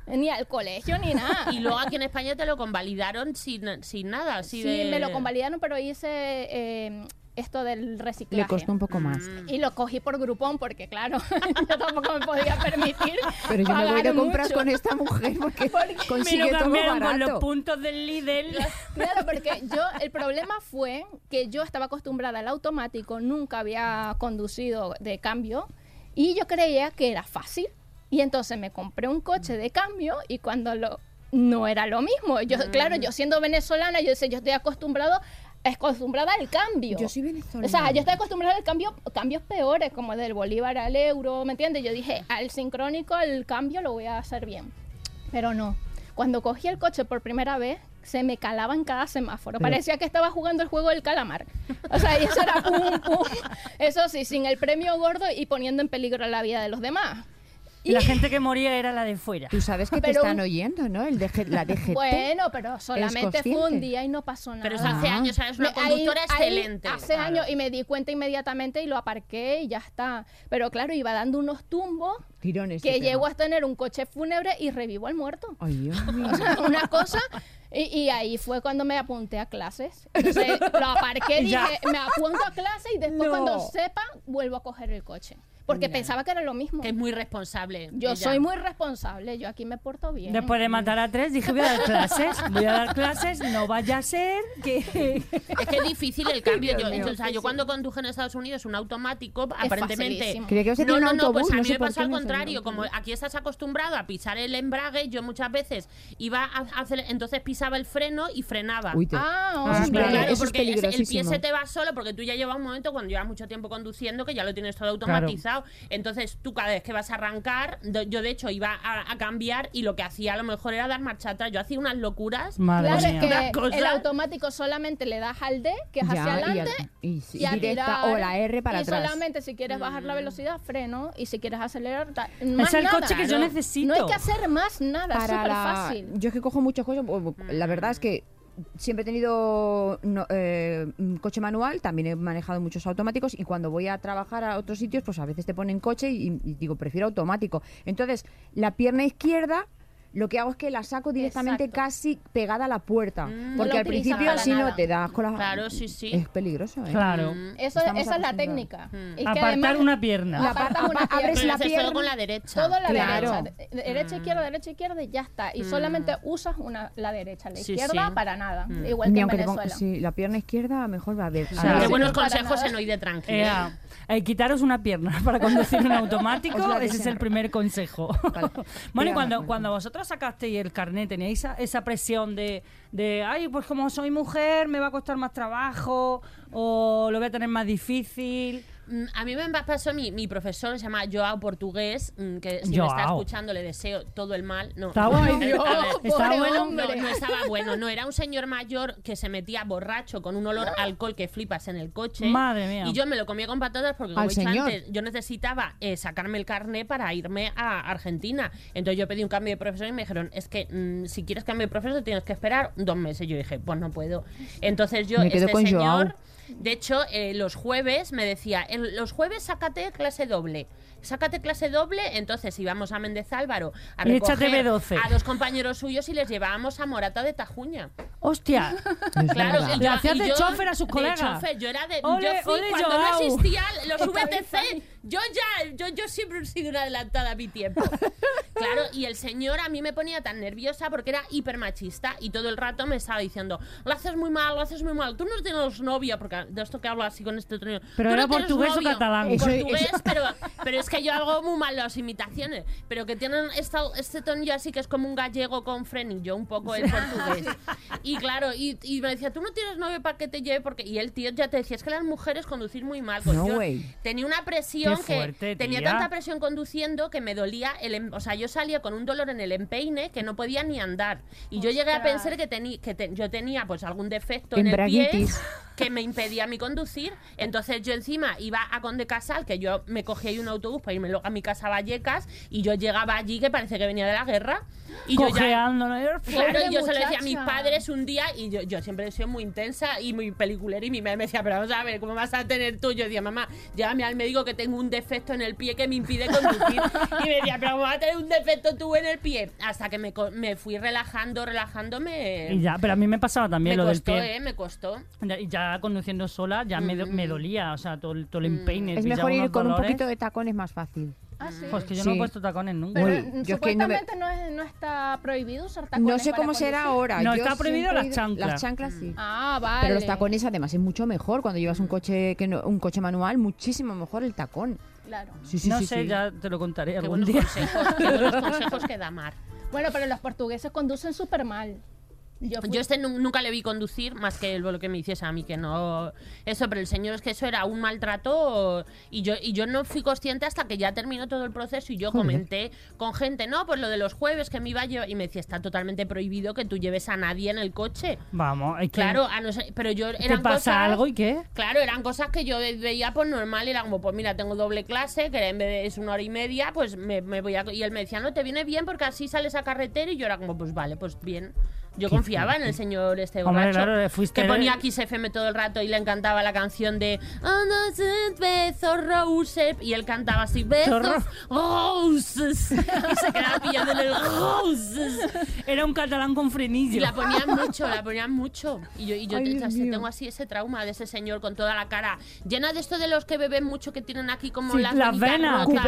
Speaker 3: ni al colegio ni nada.
Speaker 4: Y luego aquí en España te lo convalidaron sin, sin nada. Así
Speaker 3: sí,
Speaker 4: de...
Speaker 3: me lo convalidaron, pero hice eh, esto del reciclaje.
Speaker 5: Le costó un poco
Speaker 2: Mm.
Speaker 5: más.
Speaker 3: Y lo cogí por grupón porque, claro, yo tampoco me podía permitir.
Speaker 5: Pero yo me voy de
Speaker 3: pagar
Speaker 5: compras
Speaker 3: mucho.
Speaker 5: con esta mujer porque
Speaker 2: Me
Speaker 5: consigue
Speaker 2: lo
Speaker 5: todo
Speaker 2: cambiaron con los
Speaker 5: barato.
Speaker 2: puntos del Lidl.
Speaker 3: Claro, porque yo, el problema fue que yo estaba acostumbrada al automático, nunca había conducido de cambio y yo creía que era fácil. Y entonces me compré un coche de cambio y cuando lo... No era lo mismo. Yo, claro, yo siendo venezolana, yo decía, yo estoy acostumbrado, acostumbrada al cambio.
Speaker 5: Yo soy venezolana.
Speaker 3: O sea, yo estoy acostumbrada al cambio, cambios peores, como del bolívar al euro, ¿me entiendes? Yo dije, al sincrónico, el cambio lo voy a hacer bien. Pero no. Cuando cogí el coche por primera vez, se me calaba en cada semáforo. Parecía que estaba jugando el juego del calamar. O sea, y eso era pum, pum. Eso sí, sin el premio gordo y poniendo en peligro la vida de los demás.
Speaker 2: Y la gente que moría era la de fuera.
Speaker 5: Tú sabes que te
Speaker 3: Pero
Speaker 5: están
Speaker 3: un-
Speaker 5: oyendo, ¿no? El DG la DGT.
Speaker 3: Bueno, pero solamente fue
Speaker 5: consciente.
Speaker 3: un día y no pasó nada.
Speaker 4: Pero eso hace
Speaker 5: Ah.
Speaker 4: años, ¿sabes? Una
Speaker 3: Me- ahí-
Speaker 4: conductora
Speaker 3: ahí
Speaker 4: excelente.
Speaker 3: Hace años y me di cuenta inmediatamente y lo aparqué y ya está. Pero claro, iba dando unos tumbos
Speaker 5: Tirones. este
Speaker 3: que
Speaker 5: te
Speaker 3: llego
Speaker 5: pega.
Speaker 3: a tener un coche fúnebre y revivo al muerto.
Speaker 5: Ay, Dios mío.
Speaker 3: Una cosa Y, y ahí fue cuando me apunté a clases. Entonces lo aparqué, dije,
Speaker 2: Ya.
Speaker 3: me apunto a clases y después
Speaker 5: No.
Speaker 3: cuando sepa, vuelvo a coger el coche. Porque pensaba que era lo mismo.
Speaker 4: Que es muy responsable.
Speaker 3: Yo
Speaker 4: ella.
Speaker 3: soy muy responsable, yo aquí me porto bien.
Speaker 2: Después de matar a tres, dije, voy a dar clases, voy a dar clases, no vaya a ser que...
Speaker 4: Es que es difícil el cambio. Yo,
Speaker 3: mío,
Speaker 4: o sea, yo cuando conduje en Estados Unidos un automático, aparentemente.
Speaker 3: facilísimo.
Speaker 5: Creía que ibas a
Speaker 4: no,
Speaker 5: decir
Speaker 4: no,
Speaker 5: un
Speaker 4: no, pues
Speaker 5: autobús,
Speaker 4: a
Speaker 5: no
Speaker 4: mí
Speaker 5: sé
Speaker 4: me
Speaker 5: por
Speaker 4: pasó
Speaker 5: qué
Speaker 4: al
Speaker 5: me salió un
Speaker 4: contrario. Como aquí estás acostumbrado a pisar el embrague, yo muchas veces iba a hacer. Entonces pisaba el freno y frenaba.
Speaker 5: Uy, te-
Speaker 3: Ah,
Speaker 5: Ah,
Speaker 3: hombre.
Speaker 5: claro,
Speaker 4: claro,
Speaker 5: eso es
Speaker 4: porque ese- el pie
Speaker 5: peligrosísimo.
Speaker 4: se te va solo porque tú ya llevas un momento cuando llevas mucho tiempo conduciendo que ya lo tienes todo automatizado. Entonces tú cada vez que vas a arrancar, do- yo de hecho iba a, a cambiar y lo que hacía a lo mejor era dar marcha atrás. Yo hacía unas locuras.
Speaker 2: Madre
Speaker 3: Claro,
Speaker 2: mía.
Speaker 3: es que
Speaker 4: Una cosa-
Speaker 3: el automático solamente le das al D, que es
Speaker 5: Ya,
Speaker 3: hacia
Speaker 5: y
Speaker 3: adelante,
Speaker 5: al- y sí,
Speaker 3: y a
Speaker 5: directa
Speaker 3: tirar.
Speaker 5: o la R para
Speaker 3: y
Speaker 5: atrás.
Speaker 3: solamente si quieres bajar
Speaker 4: Mm.
Speaker 3: la velocidad, freno. Y si quieres acelerar, ta- más
Speaker 2: Es el
Speaker 3: nada.
Speaker 2: coche que yo
Speaker 4: ¿no?
Speaker 2: necesito.
Speaker 3: No hay que hacer más nada, es
Speaker 5: para
Speaker 3: súper
Speaker 5: la-
Speaker 3: fácil.
Speaker 5: Yo es que cojo muchos coches. pues, pues, La verdad es que siempre he tenido no, eh, un coche manual, también he manejado muchos automáticos y cuando voy a trabajar a otros sitios, pues a veces te ponen coche y, y digo, prefiero automático. Entonces, la pierna izquierda... Lo que hago es que la saco directamente
Speaker 3: Exacto.
Speaker 5: casi pegada a la puerta.
Speaker 4: Mm.
Speaker 3: No
Speaker 5: Porque
Speaker 3: la
Speaker 5: al
Speaker 3: utilizas
Speaker 5: principio,
Speaker 3: para
Speaker 5: si no
Speaker 3: nada.
Speaker 5: te das con la.
Speaker 4: Claro, sí, sí.
Speaker 5: Es peligroso, ¿eh?
Speaker 2: Claro.
Speaker 4: Mm.
Speaker 3: Eso,
Speaker 5: Estamos
Speaker 3: esa es la
Speaker 5: acostumbrados.
Speaker 3: técnica. Es que
Speaker 2: Apartar
Speaker 3: además,
Speaker 2: una pierna.
Speaker 5: La
Speaker 3: Apartas
Speaker 5: par-
Speaker 3: una
Speaker 5: abres
Speaker 3: pierna.
Speaker 4: Pero
Speaker 5: la
Speaker 4: haces
Speaker 5: pierna.
Speaker 4: todo con la derecha.
Speaker 3: Todo la
Speaker 5: Claro.
Speaker 3: derecha. De- Derecha, izquierda, derecha, izquierda y ya está. Y
Speaker 4: Mm.
Speaker 3: solamente usas una, la derecha. La
Speaker 4: Sí,
Speaker 3: izquierda
Speaker 4: sí.
Speaker 3: para nada.
Speaker 4: Mm.
Speaker 3: Igual que
Speaker 5: Ni
Speaker 3: en
Speaker 5: aunque le
Speaker 3: Venezuela.
Speaker 5: ponga- sí, la pierna izquierda mejor va a ver.
Speaker 4: O
Speaker 5: a
Speaker 4: sea,
Speaker 5: ver.
Speaker 4: qué
Speaker 3: sí,
Speaker 4: buenos
Speaker 3: no para
Speaker 4: consejos
Speaker 3: nada.
Speaker 4: en hoy de tranquilo.
Speaker 2: Ea, eh, quitaros una pierna para conducir un
Speaker 5: Os
Speaker 2: automático,
Speaker 5: la
Speaker 2: ese es el
Speaker 5: deseo.
Speaker 2: primer consejo.
Speaker 5: Vale.
Speaker 2: bueno, y cuando,
Speaker 5: Venga.
Speaker 2: cuando vosotros sacasteis el carnet, ¿teníais esa, esa presión de, de, ay, pues como soy mujer, me va a costar más trabajo o lo voy a tener más difícil?
Speaker 4: Mm, A mí me pa- pasó mi, mi profesor, se llama Joao Portugués, mm, que si me está
Speaker 2: Joao.
Speaker 4: escuchando le deseo todo el mal. No,
Speaker 2: Está
Speaker 4: A
Speaker 2: bueno.
Speaker 4: ver, a ver.
Speaker 2: Está
Speaker 3: pobre
Speaker 2: bueno.
Speaker 3: hombre.
Speaker 4: No, no estaba bueno, no, era un señor mayor que se metía borracho con un olor a alcohol que flipas en el coche.
Speaker 2: Madre mía.
Speaker 4: Y yo me lo comía con patatas porque, como
Speaker 5: Al
Speaker 4: he dicho
Speaker 5: señor.
Speaker 4: antes, yo necesitaba eh, sacarme el carné para irme a Argentina. Entonces yo pedí un cambio de profesor y me dijeron, es que mm, si quieres cambio de profesor tienes que esperar dos meses. Yo dije, pues no puedo. Entonces yo,
Speaker 5: Me quedo
Speaker 4: este
Speaker 5: con
Speaker 4: señor...
Speaker 5: Joao.
Speaker 4: De hecho, eh, los jueves me decía, "El- los jueves sácate clase doble. Sácate clase doble, entonces íbamos a Méndez Álvaro a
Speaker 2: Y échate
Speaker 4: recoger
Speaker 2: B12.
Speaker 4: a dos compañeros suyos y les llevábamos a Morata de Tajuña.
Speaker 2: Hostia,
Speaker 5: Es
Speaker 4: Claro,
Speaker 5: verdad.
Speaker 4: y
Speaker 2: Le hacías
Speaker 4: y
Speaker 2: de chofer a sus
Speaker 4: de
Speaker 2: colegas.
Speaker 4: chofer, yo era de yo
Speaker 2: Ole,
Speaker 4: fui
Speaker 2: ole,
Speaker 4: cuando
Speaker 2: Joao.
Speaker 4: no existían los VTC. Yo ya yo, yo siempre he sido una adelantada a mi tiempo. Claro, y el señor a mí me ponía tan nerviosa porque era hipermachista y todo el rato me estaba diciendo, "Lo haces muy mal, lo haces muy mal. Tú no tienes novia porque de esto que hablo así con este tono.
Speaker 2: Pero
Speaker 4: "Tú no
Speaker 2: era
Speaker 4: tienes
Speaker 2: portugués o
Speaker 4: novio".
Speaker 2: catalán.
Speaker 5: Eso-
Speaker 4: portugués,
Speaker 5: eso-
Speaker 4: pero, pero es que yo hago muy mal las imitaciones, pero que tienen esta- este tono así que es como un gallego con frenillo, un poco el portugués. Y claro, y, y me decía, tú no tienes novio para que te lleve, porque... Y el tío ya te decía, es que las mujeres conducir muy mal. Pues
Speaker 5: No
Speaker 4: yo
Speaker 5: way.
Speaker 4: tenía una presión
Speaker 2: Qué
Speaker 4: que...
Speaker 2: fuerte,
Speaker 4: tenía
Speaker 2: tía.
Speaker 4: tanta presión conduciendo que me dolía el... em- O sea, yo salía con un dolor en el empeine que no podía ni andar. Y yo llegué a
Speaker 3: Ostras.
Speaker 4: pensar que, tení- que te- yo tenía pues algún defecto en el pie
Speaker 5: Embraguitis.
Speaker 4: que me impedía mi conducir. Entonces yo encima iba a Conde Casal, que yo me cogía ahí un autobús para irme luego a mi casa a Vallecas, y yo llegaba allí que parece que venía de la guerra. Y yo ya...
Speaker 2: cojeando, ¿no?
Speaker 4: Claro,
Speaker 3: Pobre
Speaker 4: y yo se lo decía a mis
Speaker 3: muchacha.
Speaker 4: padres un día y yo, yo siempre he sido muy intensa y muy peliculera y mi madre me decía, pero vamos a ver, ¿cómo vas a tener tú? Yo decía, mamá, llévame al médico que tengo un defecto en el pie que me impide conducir. y me decía, pero ¿cómo vas a tener un defecto tú en el pie? Hasta que me, co- me fui relajando, relajándome.
Speaker 2: Y ya, pero a mí me pasaba también
Speaker 4: me
Speaker 2: lo
Speaker 4: costó,
Speaker 2: del pie.
Speaker 4: ¿eh? Me costó.
Speaker 2: Ya- y Ya conduciendo sola, ya me, do- me dolía, o sea, todo, el- todo el empeine.
Speaker 5: Mm. Es
Speaker 2: pillaba
Speaker 5: mejor ir
Speaker 2: unos
Speaker 5: con un
Speaker 2: dolores.
Speaker 5: poquito de tacón, es más fácil.
Speaker 3: Ah, sí.
Speaker 2: Pues que yo no he
Speaker 5: Sí.
Speaker 2: puesto tacones nunca.
Speaker 3: Pero
Speaker 5: Uy,
Speaker 3: mm,
Speaker 5: yo es que no me-
Speaker 3: supuestamente no, es- no está prohibido usar tacones
Speaker 5: No sé
Speaker 3: para
Speaker 5: cómo será
Speaker 3: conducir.
Speaker 5: ahora.
Speaker 2: No,
Speaker 5: yo
Speaker 2: está prohibido
Speaker 5: siempre he
Speaker 2: las
Speaker 5: ido-
Speaker 2: chanclas.
Speaker 5: Las chanclas sí.
Speaker 3: Ah, vale.
Speaker 5: Pero los tacones además es mucho mejor cuando llevas un coche que no- un coche manual, muchísimo mejor el tacón.
Speaker 3: Claro.
Speaker 5: Sí, sí,
Speaker 2: no
Speaker 5: sí,
Speaker 2: sé,
Speaker 5: sí.
Speaker 2: ya te lo contaré
Speaker 4: Qué
Speaker 2: algún
Speaker 4: buenos,
Speaker 2: día.
Speaker 4: consejos, qué buenos consejos que da Mar.
Speaker 3: Bueno, pero los portugueses conducen súper mal. Yo, fui-
Speaker 4: Yo este nu- nunca le vi conducir más que lo que me hiciese a mí, que no... Eso, pero el señor es que eso era un maltrato o- y yo, y yo no fui consciente hasta que ya terminó todo el proceso y yo
Speaker 5: Joder.
Speaker 4: comenté con gente, no, pues lo de los jueves que me iba a llevar y me decía, está totalmente prohibido que tú lleves a nadie en el coche.
Speaker 2: Vamos, hay que...
Speaker 4: Claro, a no ser- pero yo
Speaker 2: ¿Te
Speaker 4: eran
Speaker 2: pasa
Speaker 4: cosas-
Speaker 2: algo y qué?
Speaker 4: Claro, eran cosas que yo veía por normal, era como, pues mira, tengo doble clase, que en vez de es una hora y media, pues me, me voy a... Y él me decía, no, te viene bien porque así sales a carretera y yo era como, pues vale, pues bien. Yo confiaba en el señor este
Speaker 2: Hombre,
Speaker 4: borracho,
Speaker 2: claro, eh, fuiste
Speaker 4: que
Speaker 2: él.
Speaker 4: ponía Kiss FM todo el rato y le encantaba la canción de "Oh, "Innocent Beso Roses y él cantaba así
Speaker 2: Zorro.
Speaker 4: Besos Roses y se quedaba pillándole el Roses
Speaker 2: Era un catalán con frenillo.
Speaker 4: y la ponían mucho, la ponían mucho. Y yo, y yo
Speaker 5: Ay,
Speaker 4: te-
Speaker 5: Dios
Speaker 4: así,
Speaker 5: mío.
Speaker 4: tengo así ese trauma de ese señor con toda la cara llena de esto de los que beben mucho que tienen aquí como
Speaker 2: Sí,
Speaker 4: las,
Speaker 2: las venas.
Speaker 4: rotas.
Speaker 5: Cupero,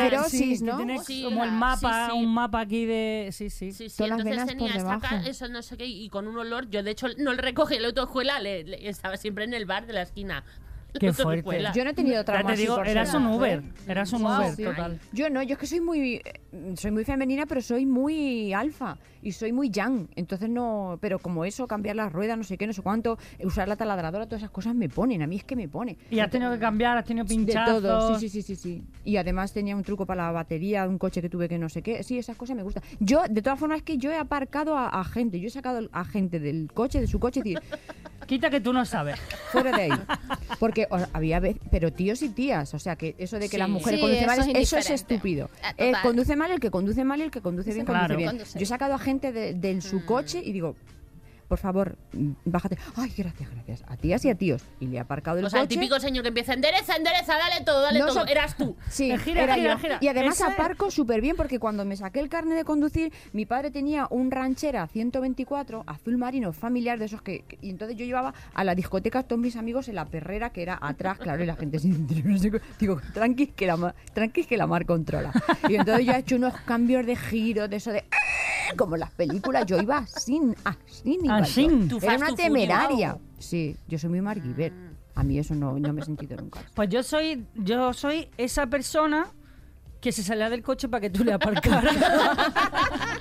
Speaker 2: Sí,
Speaker 5: Cuperosis,
Speaker 2: que
Speaker 5: ¿no?
Speaker 2: tiene
Speaker 4: Sí,
Speaker 2: como el
Speaker 4: la-
Speaker 2: mapa,
Speaker 4: sí, sí.
Speaker 2: un mapa aquí de... Sí, sí.
Speaker 4: Sí, sí,
Speaker 5: Todas las
Speaker 4: entonces
Speaker 5: venas por
Speaker 4: tenía esta ca-
Speaker 5: debajo.
Speaker 4: eso no sé qué, y con un olor, yo de hecho no le recogí la autoescuela, le, le- estaba siempre en el bar de la esquina. La
Speaker 2: Qué fuerte.
Speaker 4: autoescuela.
Speaker 5: Yo no he tenido
Speaker 2: Ya
Speaker 5: trauma
Speaker 2: te
Speaker 5: así
Speaker 2: digo,
Speaker 5: por
Speaker 2: eras
Speaker 5: ser
Speaker 2: un
Speaker 5: mujer.
Speaker 2: Uber. Eras un
Speaker 5: Wow.
Speaker 2: Uber,
Speaker 5: Sí.
Speaker 2: total.
Speaker 5: Yo no, yo es que soy muy eh, soy muy femenina, pero soy muy alfa y soy muy yang. Entonces no, pero como eso, cambiar las ruedas, no sé qué, no sé cuánto, usar la taladradora, todas esas cosas me ponen, a mí es que me pone.
Speaker 2: Y has tenido que cambiar, has tenido
Speaker 5: De
Speaker 2: pinchazos.
Speaker 5: todo, sí, sí, sí, sí, sí. Y además tenía un truco para la batería, un coche que tuve que no sé qué. Sí, esas cosas me gustan. Yo, de todas formas, es que yo he aparcado a, a gente, yo he sacado a gente del coche, de su coche, y decir,
Speaker 2: Quita que tú no sabes.
Speaker 5: fuera de ahí. Porque o- había veces, pero tíos y tías, o sea, que eso de que
Speaker 4: Sí.
Speaker 5: las mujeres
Speaker 3: Sí,
Speaker 5: conducen
Speaker 3: eso
Speaker 5: mal,
Speaker 3: es
Speaker 5: eso es
Speaker 3: indiferente.
Speaker 5: estúpido.
Speaker 3: Ah,
Speaker 5: Eh,
Speaker 3: total.
Speaker 5: conduce mal el que conduce mal y el que conduce bien,
Speaker 2: Claro.
Speaker 5: conduce bien.
Speaker 3: Conduce
Speaker 5: Yo he sacado a gente de, de su coche y digo, por favor, mm, bájate. Ay, gracias, gracias. A tías y a tíos. Y le he aparcado el
Speaker 4: o sea, el
Speaker 5: coche.
Speaker 4: típico señor que empieza, endereza, endereza, dale todo, dale
Speaker 5: No
Speaker 4: todo,
Speaker 5: so-
Speaker 4: eras tú.
Speaker 5: Sí,
Speaker 2: Eh, gira,
Speaker 5: era
Speaker 2: gira,
Speaker 5: yo.
Speaker 2: gira.
Speaker 5: Y además
Speaker 2: Ese-
Speaker 5: aparco súper bien porque cuando me saqué el carnet de conducir, mi padre tenía un ranchera 124 azul marino familiar de esos que, que- y entonces yo llevaba a la discoteca a todos mis amigos en la perrera que era atrás, claro, y la gente sin digo, tranqui que la mar, tranqui que la mar controla. Y entonces yo he hecho unos cambios de giro, de eso de ¡ah! como en las películas, yo iba sin así iba yo.
Speaker 2: Así.
Speaker 4: Tú
Speaker 5: Era
Speaker 4: fast,
Speaker 5: una
Speaker 4: tú
Speaker 5: temeraria.
Speaker 4: furio.
Speaker 5: Sí, yo soy muy marguiver.
Speaker 2: Ah.
Speaker 5: A mí eso no, no me he sentido nunca.
Speaker 2: Pues yo soy, yo soy esa persona que se salía del coche para que tú le aparcaras.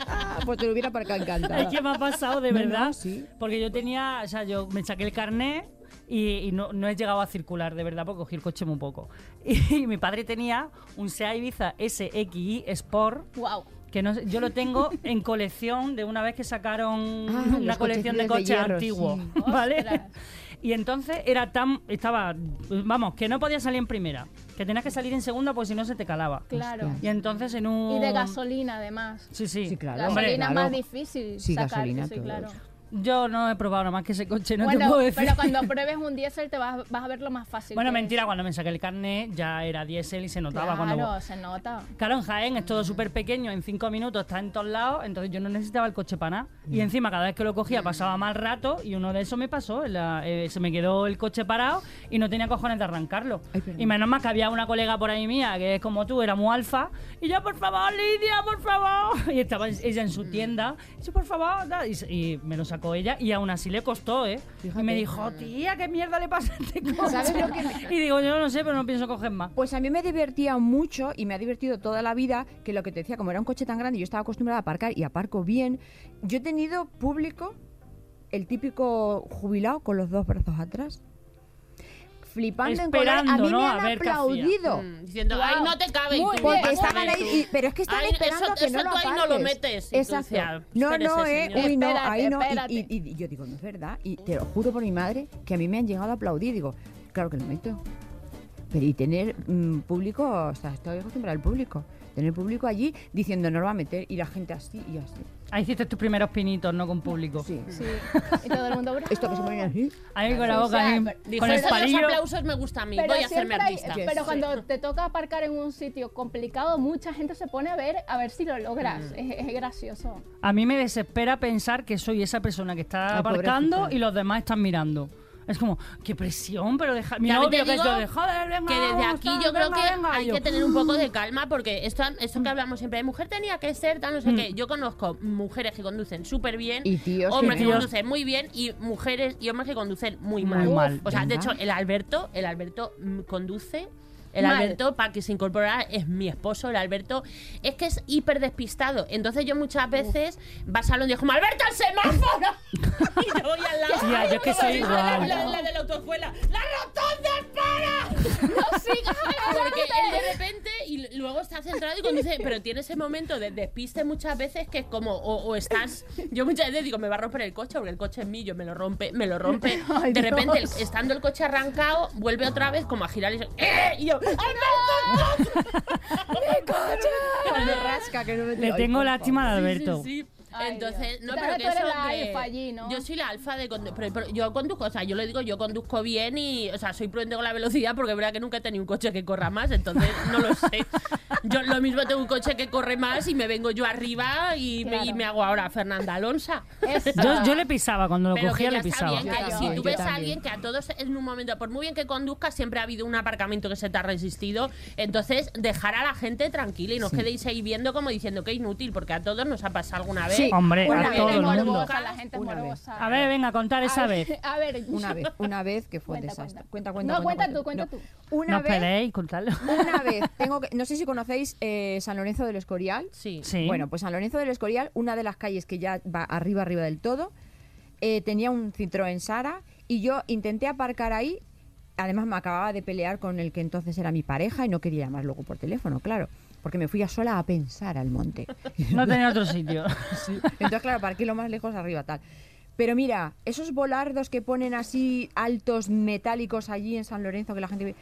Speaker 5: Ah, pues te lo hubiera aparcado encantada.
Speaker 2: es que me ha pasado de
Speaker 5: No,
Speaker 2: verdad.
Speaker 5: no, sí.
Speaker 2: Porque yo tenía, o sea, yo me saqué el carnet y, y no, no he llegado a circular de verdad porque cogí el coche muy poco. Y, mi padre tenía un SEA Ibiza SXI Sport
Speaker 3: Wow.
Speaker 2: que no sé- yo lo tengo en colección de una vez que sacaron
Speaker 5: Ah,
Speaker 2: una
Speaker 5: los
Speaker 2: colección de
Speaker 5: cochecitos
Speaker 2: coches
Speaker 5: de hierro,
Speaker 2: antiguos,
Speaker 5: sí.
Speaker 2: ¿vale?
Speaker 3: Ostras.
Speaker 2: Y entonces era tan estaba vamos, que no podía salir en primera, que tenías que salir en segunda porque si no se te calaba.
Speaker 3: Claro.
Speaker 2: Y entonces en un
Speaker 3: Y de gasolina, además.
Speaker 2: Sí, sí.
Speaker 5: Sí, claro. Hombre,
Speaker 3: Gasolina
Speaker 5: claro.
Speaker 3: más difícil
Speaker 5: Sí,
Speaker 3: sacar,
Speaker 5: gasolina,
Speaker 3: sí,
Speaker 5: todo
Speaker 3: claro.
Speaker 5: eso.
Speaker 2: Yo no he probado nada más que ese coche, no te
Speaker 3: bueno,
Speaker 2: puedo decir.
Speaker 3: pero cuando pruebes un diésel te vas, vas a verlo más fácil.
Speaker 2: Bueno,
Speaker 3: que
Speaker 2: mentira,
Speaker 3: es.
Speaker 2: cuando me saqué el carnet ya era diésel y se notaba
Speaker 3: Claro,
Speaker 2: cuando...
Speaker 3: se nota.
Speaker 2: Claro, en Jaén es todo súper pequeño, en cinco minutos está en todos lados, entonces yo no necesitaba el coche para nada. Y encima cada vez que lo cogía pasaba mal rato y uno de esos me pasó, en la- eh, se me quedó el coche parado y no tenía cojones de arrancarlo.
Speaker 5: Ay, perdón.
Speaker 2: y menos más que había una colega por ahí mía que es como tú, era muy alfa, y yo, por favor, Lidia, por favor. Y estaba ella en su tienda, y yo, por favor, tal, y, se- y me lo sacó ella y aún así le costó, ¿eh? Y me
Speaker 5: Fíjate.
Speaker 2: dijo, tía, ¿qué mierda le pasa a este coche?
Speaker 5: ¿Sabes lo que me-
Speaker 2: Y digo, yo no sé, pero no pienso coger más.
Speaker 5: Pues a mí me divertía mucho y me ha divertido toda la vida que lo que te decía, como era un coche tan grande, yo estaba acostumbrada a aparcar y aparco bien. Yo he tenido público, el típico jubilado con los dos brazos atrás, flipando en cola. A
Speaker 2: Esperando,
Speaker 5: mí
Speaker 2: ¿no?
Speaker 5: me han
Speaker 2: A ver qué hacía.
Speaker 5: aplaudido.
Speaker 4: Mm, Diciendo, ay, no te cabe. y
Speaker 3: Muy bien.
Speaker 4: tú,
Speaker 5: Porque
Speaker 4: "Ay,
Speaker 5: estaban
Speaker 4: tú".
Speaker 5: ahí, y- pero es que están
Speaker 4: Ay,
Speaker 5: esperando
Speaker 4: eso-
Speaker 5: a que
Speaker 4: eso
Speaker 5: no lo
Speaker 4: tú ahí no
Speaker 5: aparques.
Speaker 4: lo metes. Y tú
Speaker 5: Exacto.
Speaker 4: decías,
Speaker 5: No,
Speaker 4: "Eres
Speaker 5: no,
Speaker 4: ese
Speaker 5: eh,
Speaker 4: señor".
Speaker 5: uy, no,
Speaker 3: Espérate,
Speaker 5: ahí no. Y-
Speaker 3: espérate.
Speaker 5: Y, y- y yo digo, no es verdad. Y te lo juro por mi madre que a mí me han llegado a aplaudir. Digo, claro que lo meto. Pero y tener mm, público, o sea, estoy acostumbrada al público. Tener público allí diciendo, no lo va a meter. Y la gente así y así.
Speaker 2: Ahí hiciste tus primeros pinitos, ¿no? Con público.
Speaker 5: Sí.
Speaker 3: Sí. Y todo el mundo bravo.
Speaker 5: Esto que se ponen así.
Speaker 2: Ahí con la boca,
Speaker 3: O sea,
Speaker 2: ahí,
Speaker 3: pero-
Speaker 4: Dijo,
Speaker 2: con el
Speaker 4: "Eso de los
Speaker 2: palillo.
Speaker 4: aplausos me gusta a mí,
Speaker 3: Pero
Speaker 4: voy a hacerme
Speaker 3: siempre hay-
Speaker 4: artista.
Speaker 5: Yes.
Speaker 3: pero cuando te toca aparcar en un sitio complicado, mucha gente se pone a ver a ver si lo logras.
Speaker 2: Mm.
Speaker 3: Es, es gracioso.
Speaker 2: A mí me desespera pensar que soy esa persona que está
Speaker 4: Ah,
Speaker 5: Ay,
Speaker 2: aparcando
Speaker 5: pobrecita.
Speaker 2: y los demás están mirando. Es como, qué presión, pero deja... Mi
Speaker 4: Ya te
Speaker 2: novio que es
Speaker 4: digo
Speaker 2: lo de, joder, venga,
Speaker 4: que desde
Speaker 2: vamos,
Speaker 4: aquí
Speaker 2: tal,
Speaker 4: yo creo
Speaker 2: venga,
Speaker 4: que
Speaker 2: venga".
Speaker 4: hay
Speaker 2: Yo,
Speaker 4: que tener un poco de calma porque esto, esto que hablamos siempre de mujer tenía que ser tal no
Speaker 2: Mm.
Speaker 4: sé qué. Yo conozco mujeres que conducen súper bien,
Speaker 5: Y tíos
Speaker 4: hombres
Speaker 5: que
Speaker 4: que
Speaker 5: no.
Speaker 4: conducen muy bien y mujeres y hombres que conducen muy
Speaker 2: Muy
Speaker 4: mal.
Speaker 2: mal.
Speaker 4: O sea, de
Speaker 5: Venga.
Speaker 4: hecho el Alberto, el Alberto mm, conduce el
Speaker 3: Mal.
Speaker 4: Alberto, para que se incorporara, es mi esposo, el Alberto, es que es hiper despistado. Entonces yo muchas veces vas al salón y digo, ¡Alberto, el semáforo! y yo voy al lado.
Speaker 2: Tía, yo es que soy
Speaker 4: La,
Speaker 2: igual.
Speaker 4: la- la de la autoescuela. ¡La rotonda para!
Speaker 3: ¡No sigas
Speaker 4: Porque él de repente y luego está centrado y conduce, pero tiene ese momento de despiste muchas veces que es como o, o estás, yo muchas veces digo me va a romper el coche porque el coche es mío, me lo rompe, me lo rompe.
Speaker 5: Ay,
Speaker 4: de repente
Speaker 5: Dios.
Speaker 4: estando el coche arrancado vuelve otra vez como a girar y, se- ¡Eh! y yo ¡Alberto!
Speaker 5: Cuando rasca, que no me
Speaker 2: Le tengo
Speaker 5: Ay, por
Speaker 2: lástima de
Speaker 4: Sí,
Speaker 2: Alberto.
Speaker 4: sí, sí.
Speaker 3: Ay,
Speaker 4: Entonces,
Speaker 3: Dios.
Speaker 4: no, pero
Speaker 3: Tú
Speaker 4: que
Speaker 3: eres
Speaker 4: eso
Speaker 3: la
Speaker 4: de-
Speaker 3: alfa allí, ¿no?
Speaker 4: Yo soy la alfa de condu- pero, pero yo conduzco, o sea, yo lo digo, yo conduzco bien y, o sea, soy prudente con la velocidad porque es verdad que nunca he tenido un coche que corra más, entonces no lo sé. Yo lo mismo tengo un coche que corre más y me vengo yo arriba y, me, y
Speaker 3: Claro.
Speaker 4: me hago ahora Fernanda Alonso.
Speaker 3: Eso.
Speaker 2: Yo, yo le pisaba, cuando lo
Speaker 4: Pero
Speaker 2: cogía
Speaker 4: que ya
Speaker 2: le
Speaker 4: está
Speaker 2: pisaba.
Speaker 4: bien,
Speaker 5: Yo
Speaker 4: que
Speaker 5: también,
Speaker 4: si tú
Speaker 5: yo
Speaker 4: ves a
Speaker 5: también.
Speaker 4: alguien que a todos en un momento, por muy bien que conduzca, siempre ha habido un aparcamiento que se te ha resistido, entonces dejar a la gente tranquila y no os quedéis ahí viendo como diciendo que inútil, porque a todos nos ha pasado alguna vez.
Speaker 5: Sí.
Speaker 2: Hombre,
Speaker 3: Pues
Speaker 4: Una
Speaker 2: a
Speaker 3: la
Speaker 4: vez
Speaker 2: todo
Speaker 3: gente
Speaker 2: el
Speaker 3: es
Speaker 4: hemos
Speaker 2: mundo.
Speaker 3: morbosa, la gente es
Speaker 5: Una vez.
Speaker 3: morbosa.
Speaker 2: A ver, venga, contar esa
Speaker 3: A
Speaker 2: vez.
Speaker 3: ver, A ver,
Speaker 5: Una vez, una vez que fue un
Speaker 3: Cuenta,
Speaker 5: desastre.
Speaker 3: cuenta.
Speaker 5: Cuenta, cuenta,
Speaker 3: No, cuenta tú, cuenta
Speaker 5: no.
Speaker 3: tú.
Speaker 2: No
Speaker 5: Una
Speaker 2: os
Speaker 5: vez,
Speaker 2: peleéis, contadlo.
Speaker 5: una vez, tengo que, no sé si conocéis eh, San Lorenzo del Escorial.
Speaker 4: Sí.
Speaker 2: Sí.
Speaker 5: Bueno, pues San Lorenzo del Escorial, una de las calles que ya va arriba, arriba del todo, eh, tenía un Citroën Sara y yo intenté aparcar ahí. Además, me acababa de pelear con el que entonces era mi pareja y no quería llamar luego por teléfono, claro, porque me fui a sola a pensar al monte.
Speaker 4: pues.
Speaker 2: No tenía otro sitio.
Speaker 5: Entonces, claro, parqué lo más lejos arriba, tal. Pero mira, esos volardos que ponen así altos metálicos allí en San Lorenzo, que la gente. ve-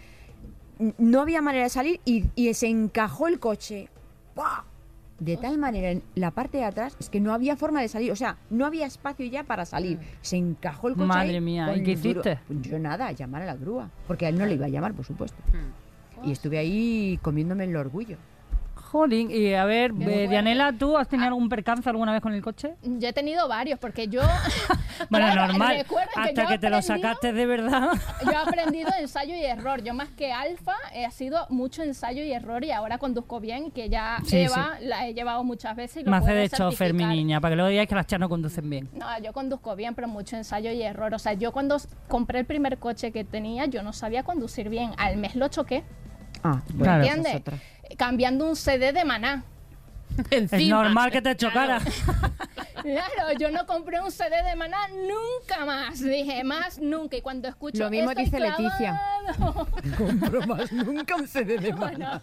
Speaker 5: N- No había manera de salir y, y se encajó el coche. ¡Buah! De tal manera, en la parte de atrás, es que no había forma de salir. O sea, no había espacio ya para salir. Se encajó el coche.
Speaker 2: Madre
Speaker 5: ahí
Speaker 2: mía,
Speaker 5: con
Speaker 2: ¿y qué
Speaker 5: duro.
Speaker 2: hiciste?
Speaker 5: Yo nada, llamar a la grúa. Porque a él no le iba a llamar, por supuesto. Y estuve ahí comiéndome el orgullo.
Speaker 2: Jolín, y a ver, eh,
Speaker 3: bueno.
Speaker 2: Dianela, ¿tú has tenido algún percance alguna vez con el coche?
Speaker 3: Yo he tenido varios porque yo.
Speaker 2: Bueno,
Speaker 3: Claro,
Speaker 2: normal,
Speaker 3: recuerda
Speaker 2: hasta
Speaker 3: yo
Speaker 2: que te lo
Speaker 3: aprendí-
Speaker 2: sacaste de verdad.
Speaker 3: Yo he aprendido ensayo y error. Yo más que alfa he sido mucho ensayo y error y ahora conduzco bien, que ya
Speaker 2: Sí,
Speaker 3: Eva la he llevado muchas veces. Y lo
Speaker 2: Me hace
Speaker 3: puedo
Speaker 2: de chofer mi
Speaker 3: certificar.
Speaker 2: niña, para que luego digáis que las chas no conducen bien.
Speaker 3: No, yo conduzco bien, pero mucho ensayo y error. O sea, yo cuando s- compré el primer coche que tenía, yo no sabía conducir bien. Al mes lo choqué,
Speaker 5: Ah, bueno,
Speaker 2: Claro.
Speaker 5: esa es
Speaker 3: ¿entiendes?
Speaker 5: otra.
Speaker 3: Cambiando un CD de maná.
Speaker 4: Encima.
Speaker 2: Es normal que te chocara.
Speaker 3: Claro, yo no compré un CD de maná nunca más. Dije, más nunca. Y cuando escucho
Speaker 5: Lo mismo
Speaker 3: "Estoy
Speaker 5: dice Leticia.
Speaker 3: clavado".
Speaker 5: compro más nunca un CD de
Speaker 3: Bueno,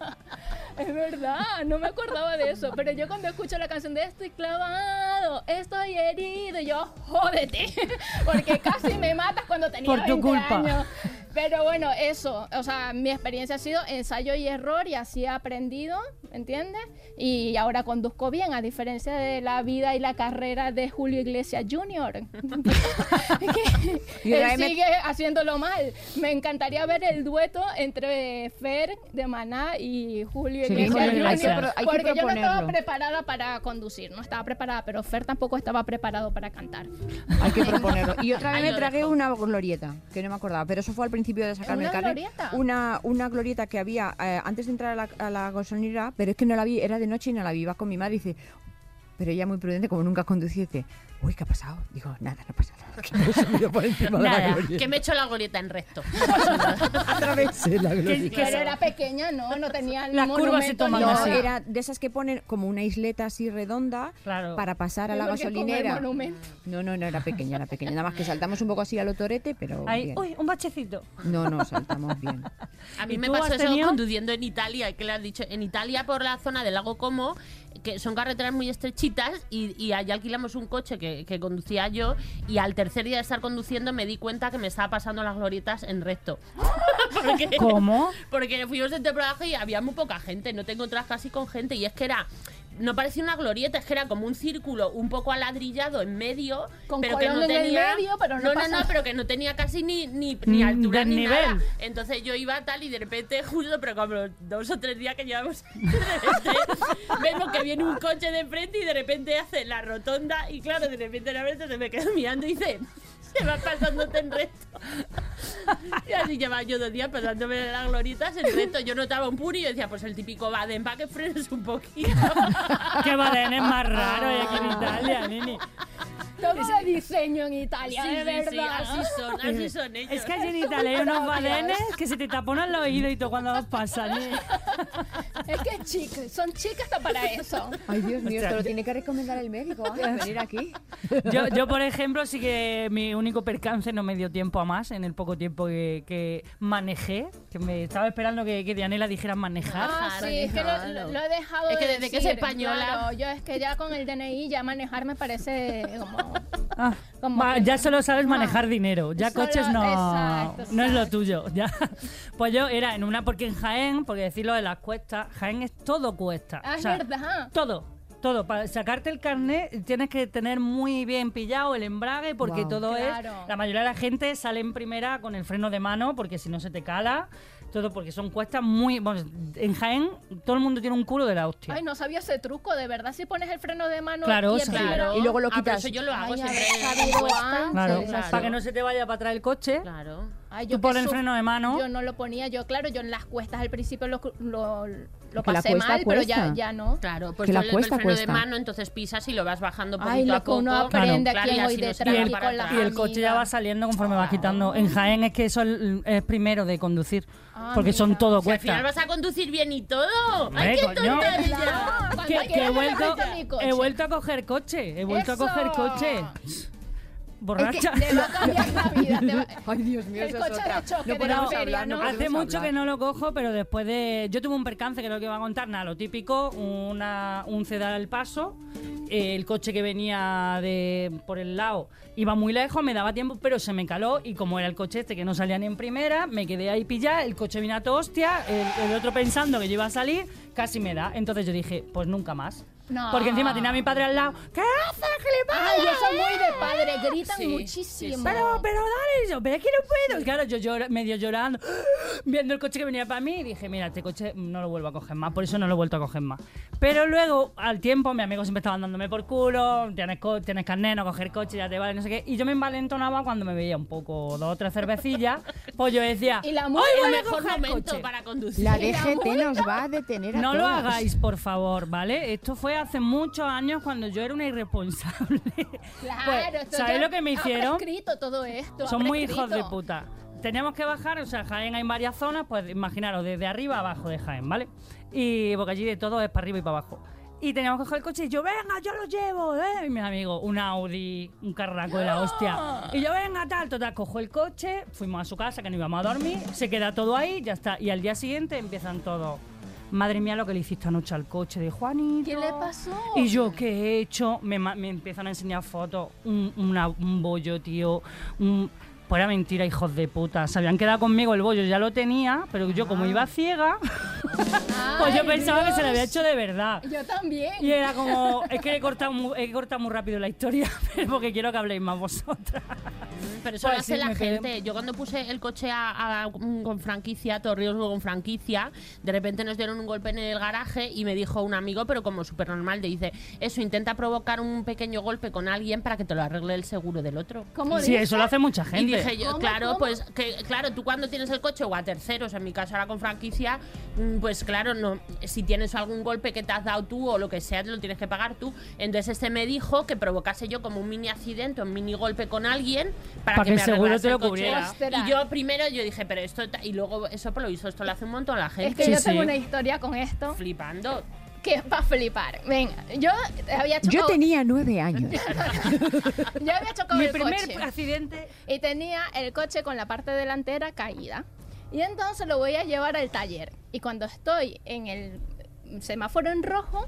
Speaker 3: es verdad, no me acordaba de eso. Pero yo cuando escucho la canción de Estoy clavado, estoy herido, yo jódete, porque casi me matas cuando tenía
Speaker 2: Por tu
Speaker 3: 20
Speaker 2: culpa.
Speaker 3: años. Pero bueno, eso, o sea, mi experiencia ha sido ensayo y error y así he aprendido, ¿me entiendes? Y ahora conduzco bien, a diferencia de la vida y la carrera de Julio Iglesias Jr.
Speaker 5: Y
Speaker 3: Que
Speaker 5: ahora
Speaker 3: él
Speaker 5: me-
Speaker 3: sigue haciéndolo mal. Me encantaría ver el dueto entre Fer de Maná y Julio
Speaker 5: Sí,
Speaker 3: Iglesias
Speaker 2: Julio
Speaker 3: Jr.,
Speaker 2: Iglesias. Hay que pro-
Speaker 5: hay que
Speaker 3: porque yo no estaba
Speaker 5: proponerlo.
Speaker 3: preparada para conducir, no estaba preparada, pero Fer tampoco estaba preparado para cantar.
Speaker 5: Hay que proponerlo. Y otra vez
Speaker 4: Ahí
Speaker 5: me
Speaker 4: lo
Speaker 5: tragué
Speaker 4: dejo.
Speaker 5: una glorieta, que no me acordaba, pero eso fue al principio de sacarme
Speaker 3: ¿Una
Speaker 5: el carnet.
Speaker 3: glorieta?
Speaker 5: Una, una glorieta que había eh, antes de entrar a la, a la gasolinera, pero es que no la vi, era de noche y no la vi. Iba con mi madre y dice, pero ella muy prudente, como nunca conducía, dice, uy, ¿qué ha pasado? Digo, nada, no pasa nada. Que me he subido por encima de la
Speaker 4: Nada,
Speaker 5: glorieta.
Speaker 4: que me echo la goleta en recto.
Speaker 5: Atravesé la glorieta.
Speaker 2: Que
Speaker 3: Pero
Speaker 2: se-
Speaker 3: era pequeña, no, no tenía
Speaker 2: Las curvas se
Speaker 3: monumento ni
Speaker 2: toman
Speaker 5: No,
Speaker 2: así.
Speaker 3: nada.
Speaker 5: era de esas que ponen como una isleta así redonda
Speaker 2: Claro.
Speaker 5: para pasar a la
Speaker 3: Porque como el
Speaker 5: gasolinera.
Speaker 3: monumento.
Speaker 5: No, no, no era pequeña, era pequeña. Nada más que saltamos un poco así a lo torete, pero.
Speaker 2: Ahí,
Speaker 5: bien.
Speaker 2: uy, un bachecito.
Speaker 5: No, no, saltamos bien.
Speaker 4: A mí
Speaker 2: ¿Y
Speaker 4: me
Speaker 2: tú
Speaker 4: pasó
Speaker 2: has
Speaker 4: eso
Speaker 2: tenido?
Speaker 4: conduciendo en Italia, que le has dicho, en Italia por la zona del lago Como, que son carreteras muy estrechitas y, y allá alquilamos un coche que, que conducía yo y al tercer día de estar conduciendo me di cuenta que me estaba pasando las glorietas en recto. Porque-
Speaker 2: ¿Cómo?
Speaker 4: Porque fuimos de temporada y había muy poca gente, no te encontrabas casi con gente y es que era... No parecía una glorieta, es que era como un círculo un poco aladrillado en medio,
Speaker 3: Con
Speaker 4: pero que no
Speaker 3: colón en el
Speaker 4: tenía.
Speaker 3: medio, pero no
Speaker 4: no, no,
Speaker 3: pasa
Speaker 4: no,
Speaker 3: nada.
Speaker 4: pero que no tenía casi ni, ni,
Speaker 2: Ni
Speaker 4: ni altura ni
Speaker 2: desnivel.
Speaker 4: nada. Entonces yo iba tal y de repente, justo, pero como los dos o tres días que llevamos, de repente vemos que viene un coche de frente y de repente hace la rotonda y claro, de repente la verdad se me quedó mirando y dice, se va pasándote en recto. Y así llevaba yo dos días pasándome las gloritas en recto. Yo notaba un puri y yo decía, pues el típico Baden, va que frenes un poquito.
Speaker 2: Que Baden es más raro hay aquí en Italia, nini.
Speaker 3: Todo de diseño en Italia,
Speaker 4: Sí,
Speaker 3: de
Speaker 4: sí, ah.
Speaker 3: verdad.
Speaker 4: sí, así son, así son ellos.
Speaker 2: Es que allí en Italia hay unos badenes que se te taponan los oídos y todo cuando los pasan. ¿eh?
Speaker 3: Es que chicas, son chicas hasta para eso.
Speaker 5: Ay, Dios mío,
Speaker 2: Ostras,
Speaker 5: te lo
Speaker 2: yo-
Speaker 5: tiene que recomendar el médico antes de venir aquí.
Speaker 2: Yo, yo, por ejemplo, sí que mi único percance no me dio tiempo a más en el poco tiempo que, que manejé. Que me estaba esperando que, que Dianela dijera manejar.
Speaker 3: Ah,
Speaker 4: Claro,
Speaker 3: sí, es que lo,
Speaker 4: claro.
Speaker 3: lo- lo he dejado
Speaker 4: Es que
Speaker 3: de
Speaker 4: desde que es
Speaker 3: decir,
Speaker 4: española.
Speaker 3: claro. yo es que ya con el DNI ya manejar me parece como...
Speaker 2: Ah,
Speaker 3: Como
Speaker 2: va,
Speaker 3: que-
Speaker 2: ya solo sabes
Speaker 3: Ah.
Speaker 2: manejar dinero, ya
Speaker 3: Solo-
Speaker 2: coches no,
Speaker 3: exacto,
Speaker 2: no es lo
Speaker 3: exacto.
Speaker 2: tuyo. Ya. Pues yo era en una porque en Jaén, porque decirlo de las cuestas, Jaén es todo cuesta.
Speaker 3: Ah,
Speaker 2: o
Speaker 3: es
Speaker 2: sea,
Speaker 3: verdad.
Speaker 2: Todo. Todo, para sacarte el carnet tienes que tener muy bien pillado el embrague porque
Speaker 5: Guau.
Speaker 2: todo
Speaker 3: Claro.
Speaker 2: es... La mayoría de la gente sale en primera con el freno de mano porque si no se te cala. Todo porque son cuestas muy... bueno, en Jaén todo el mundo tiene un culo de la hostia.
Speaker 3: Ay, no sabía ese truco, de verdad, si pones el freno de mano
Speaker 2: Claro,
Speaker 3: y el
Speaker 2: sí.
Speaker 3: primero-
Speaker 5: Y luego lo
Speaker 4: Ah, pero
Speaker 5: quitas.
Speaker 4: eso yo lo hago
Speaker 3: Ay,
Speaker 4: siempre.
Speaker 3: haber
Speaker 4: en
Speaker 3: sabido
Speaker 4: cuesta.
Speaker 3: antes.
Speaker 2: claro,
Speaker 4: Claro.
Speaker 2: para que no se te vaya para atrás el coche.
Speaker 4: Claro.
Speaker 3: Ay,
Speaker 2: Tú
Speaker 3: que
Speaker 2: pon el
Speaker 3: suf-
Speaker 2: freno de mano.
Speaker 3: Yo no lo ponía, yo claro, yo en las cuestas al principio lo, lo, lo
Speaker 5: Que la
Speaker 3: pasé
Speaker 5: cuesta
Speaker 3: mal, pero ya,
Speaker 5: cuesta.
Speaker 3: ya no.
Speaker 4: Claro, pues
Speaker 5: Que la
Speaker 4: yo le doy el
Speaker 5: cuesta,
Speaker 4: freno de
Speaker 5: cuesta.
Speaker 4: mano, entonces pisas y lo vas bajando poquito
Speaker 3: Ay,
Speaker 4: a
Speaker 3: lo que
Speaker 4: poco.
Speaker 3: uno
Speaker 2: Claro.
Speaker 3: aprende aquí
Speaker 4: Claro,
Speaker 3: en
Speaker 4: y
Speaker 3: hoy
Speaker 4: así no se
Speaker 3: detrás
Speaker 4: te va
Speaker 2: y el
Speaker 4: para
Speaker 3: con la
Speaker 4: atrás.
Speaker 2: Y el coche ya va saliendo conforme vas quitando. En Jaén es que eso es es primero de conducir.
Speaker 3: Ah,
Speaker 2: porque son
Speaker 3: mira.
Speaker 2: todo
Speaker 4: O sea, al final
Speaker 2: cuestas.
Speaker 4: vas a conducir bien y todo.
Speaker 2: Hombre,
Speaker 4: ¡Ay, qué
Speaker 2: coño.
Speaker 4: tontería!
Speaker 3: Cuando
Speaker 2: Que, que he,
Speaker 3: quieras me
Speaker 2: vuelto,
Speaker 3: meto en mi coche.
Speaker 2: he vuelto a coger coche. He vuelto
Speaker 3: ¡Eso!
Speaker 2: a coger coche. Borracha.
Speaker 3: Te va a cambiar la vida. te va-
Speaker 5: Ay, Dios mío,
Speaker 3: El
Speaker 5: esa es
Speaker 3: coche
Speaker 5: otra.
Speaker 3: de choque de
Speaker 5: no
Speaker 3: la
Speaker 5: podemos
Speaker 3: feria,
Speaker 5: hablar, no
Speaker 3: ¿no?
Speaker 5: podemos
Speaker 2: Hace mucho
Speaker 5: hablar.
Speaker 2: que no lo cojo, pero después de. Yo tuve un percance que es lo que iba a contar, nada, lo típico, una, un cedar al paso. eh, el coche que venía de por el lado iba muy lejos, me daba tiempo, pero se me caló. Y como era el coche este que no salía ni en primera, me quedé ahí pillada. El coche vino a toda hostia, el, el otro pensando que yo iba a salir, casi me da. Entonces yo dije, pues nunca más.
Speaker 3: No.
Speaker 2: Porque encima tenía a mi padre al lado. ¿Qué haces, gilipollas? Eh,
Speaker 3: Ay, eso es muy de padre, gritan
Speaker 4: Sí,
Speaker 3: muchísimo.
Speaker 2: Pero, pero dale, y yo, pero es que no puedo. Y claro, yo llora- medio llorando, viendo el coche que venía para mí, y dije, mira, este coche no lo vuelvo a coger más, por eso no lo he vuelto a coger más. Pero luego, al tiempo, mis amigos siempre estaban dándome por culo, tienes, co- tienes carnet, no coger coche, ya te vale, no sé qué. Y yo me envalentonaba cuando me veía un poco, dos o tres cervecillas, pues yo decía,
Speaker 3: Y la
Speaker 2: hoy
Speaker 3: mu-
Speaker 4: El
Speaker 2: voy a
Speaker 4: mejor
Speaker 2: coger
Speaker 4: momento
Speaker 2: coche.
Speaker 4: para conducir.
Speaker 5: La DGT nos va a detener a
Speaker 2: No lo
Speaker 5: todas.
Speaker 2: hagáis, por favor, ¿vale? Esto fue hace muchos años cuando yo era una irresponsable.
Speaker 3: Claro,
Speaker 2: Pues,
Speaker 3: esto
Speaker 2: ¿Sabéis
Speaker 3: ya
Speaker 2: lo que me
Speaker 3: ha
Speaker 2: hicieron?
Speaker 3: prescrito todo esto. ha
Speaker 2: Son muy
Speaker 3: prescrito.
Speaker 2: hijos de puta. Teníamos que bajar, o sea, en Jaén hay varias zonas, pues imaginaros, desde arriba abajo de Jaén, ¿vale? Y porque allí de todo es para arriba y para abajo. Y teníamos que coger el coche y yo, venga, yo lo llevo, ¿eh? Y mis amigos, un Audi, un carraco de la hostia. Y yo, venga, tal, total, cojo el coche, fuimos a su casa, que no íbamos a dormir, se queda todo ahí, ya está. Y al día siguiente empiezan todos. Madre mía, lo que le hiciste anoche al coche de Juanito.
Speaker 3: ¿Qué le pasó?
Speaker 2: Y yo, ¿qué he hecho? Me, ma- me empiezan a enseñar fotos, un, una- un bollo, tío, un... Fuera mentira, hijos de puta. Se habían quedado conmigo el bollo, ya lo tenía, pero yo como iba ciega, pues yo
Speaker 3: Ay,
Speaker 2: pensaba que se lo había
Speaker 3: Dios.
Speaker 2: hecho de verdad.
Speaker 3: Yo también.
Speaker 2: Y era como, es que he cortado muy, he cortado muy rápido la historia, pero porque quiero que habléis más vosotras.
Speaker 4: Pero eso
Speaker 2: Pues
Speaker 4: lo hace
Speaker 2: sí,
Speaker 4: la
Speaker 2: me quedé-
Speaker 4: gente. Yo cuando puse el coche a- a- mm, con franquicia, todo riesgo con franquicia, de repente nos dieron un golpe en el garaje y me dijo un amigo, pero como súper normal, te dice, eso, intenta provocar un pequeño golpe con alguien para que te lo arregle el seguro del otro.
Speaker 3: ¿Cómo
Speaker 2: Sí,
Speaker 3: dice?
Speaker 2: eso lo hace mucha
Speaker 4: Y
Speaker 2: gente.
Speaker 4: dije yo,
Speaker 3: ¿Cómo,
Speaker 4: claro,
Speaker 3: cómo?
Speaker 4: pues que claro, tú cuando tienes el coche o a terceros, en mi caso ahora con franquicia, mm, pues claro, no si tienes algún golpe que te has dado tú o lo que sea, te lo tienes que pagar tú. Entonces este me dijo que provocase yo como un mini accidente, un mini golpe con alguien para
Speaker 2: Pa'
Speaker 4: que,
Speaker 2: que
Speaker 4: me
Speaker 2: el seguro
Speaker 4: arreglase
Speaker 2: te lo
Speaker 4: el coche.
Speaker 2: cubriera.
Speaker 3: Ostras.
Speaker 4: Y yo primero yo dije, pero esto ta- y luego eso por lo visto esto lo hace un montón la
Speaker 3: Es
Speaker 4: gente
Speaker 3: que
Speaker 2: Sí,
Speaker 3: yo
Speaker 2: sí.
Speaker 3: tengo una historia con esto
Speaker 4: flipando.
Speaker 3: que es para flipar. Venga, yo había chocado,
Speaker 5: Yo tenía nueve años.
Speaker 3: yo había chocado
Speaker 2: Mi
Speaker 3: el
Speaker 2: primer
Speaker 3: coche.
Speaker 2: accidente...
Speaker 3: y tenía el coche con la parte delantera caída. Y entonces lo voy a llevar al taller. Y cuando estoy en el semáforo en rojo,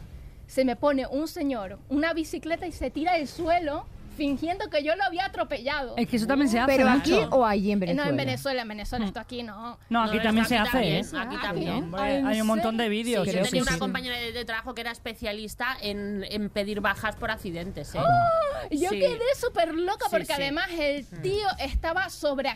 Speaker 3: se me pone un señor, una bicicleta y se tira al suelo fingiendo que yo lo había atropellado.
Speaker 2: Es que Mm. eso también se hace.
Speaker 5: ¿Pero aquí
Speaker 2: macho.
Speaker 5: o ahí en
Speaker 3: Eh,
Speaker 5: Venezuela?
Speaker 3: No, en Venezuela, en Venezuela, esto aquí no.
Speaker 2: No, aquí
Speaker 4: No,
Speaker 2: también
Speaker 4: aquí
Speaker 2: se hace,
Speaker 4: también,
Speaker 2: ¿eh?
Speaker 4: Aquí
Speaker 5: Ah,
Speaker 4: también.
Speaker 2: Hombre,
Speaker 3: Ay, ¿en
Speaker 2: hay un montón
Speaker 3: serio?
Speaker 2: de vídeos.
Speaker 4: Sí,
Speaker 2: Sí,
Speaker 4: yo
Speaker 2: sí,
Speaker 4: tenía una
Speaker 2: sí.
Speaker 4: compañera de, de trabajo que era especialista en, en pedir bajas por accidentes. ¿eh?
Speaker 2: Ah.
Speaker 3: Yo
Speaker 4: Sí.
Speaker 3: quedé súper loca
Speaker 4: Sí,
Speaker 3: porque
Speaker 4: sí.
Speaker 3: además el
Speaker 2: Mm.
Speaker 3: tío estaba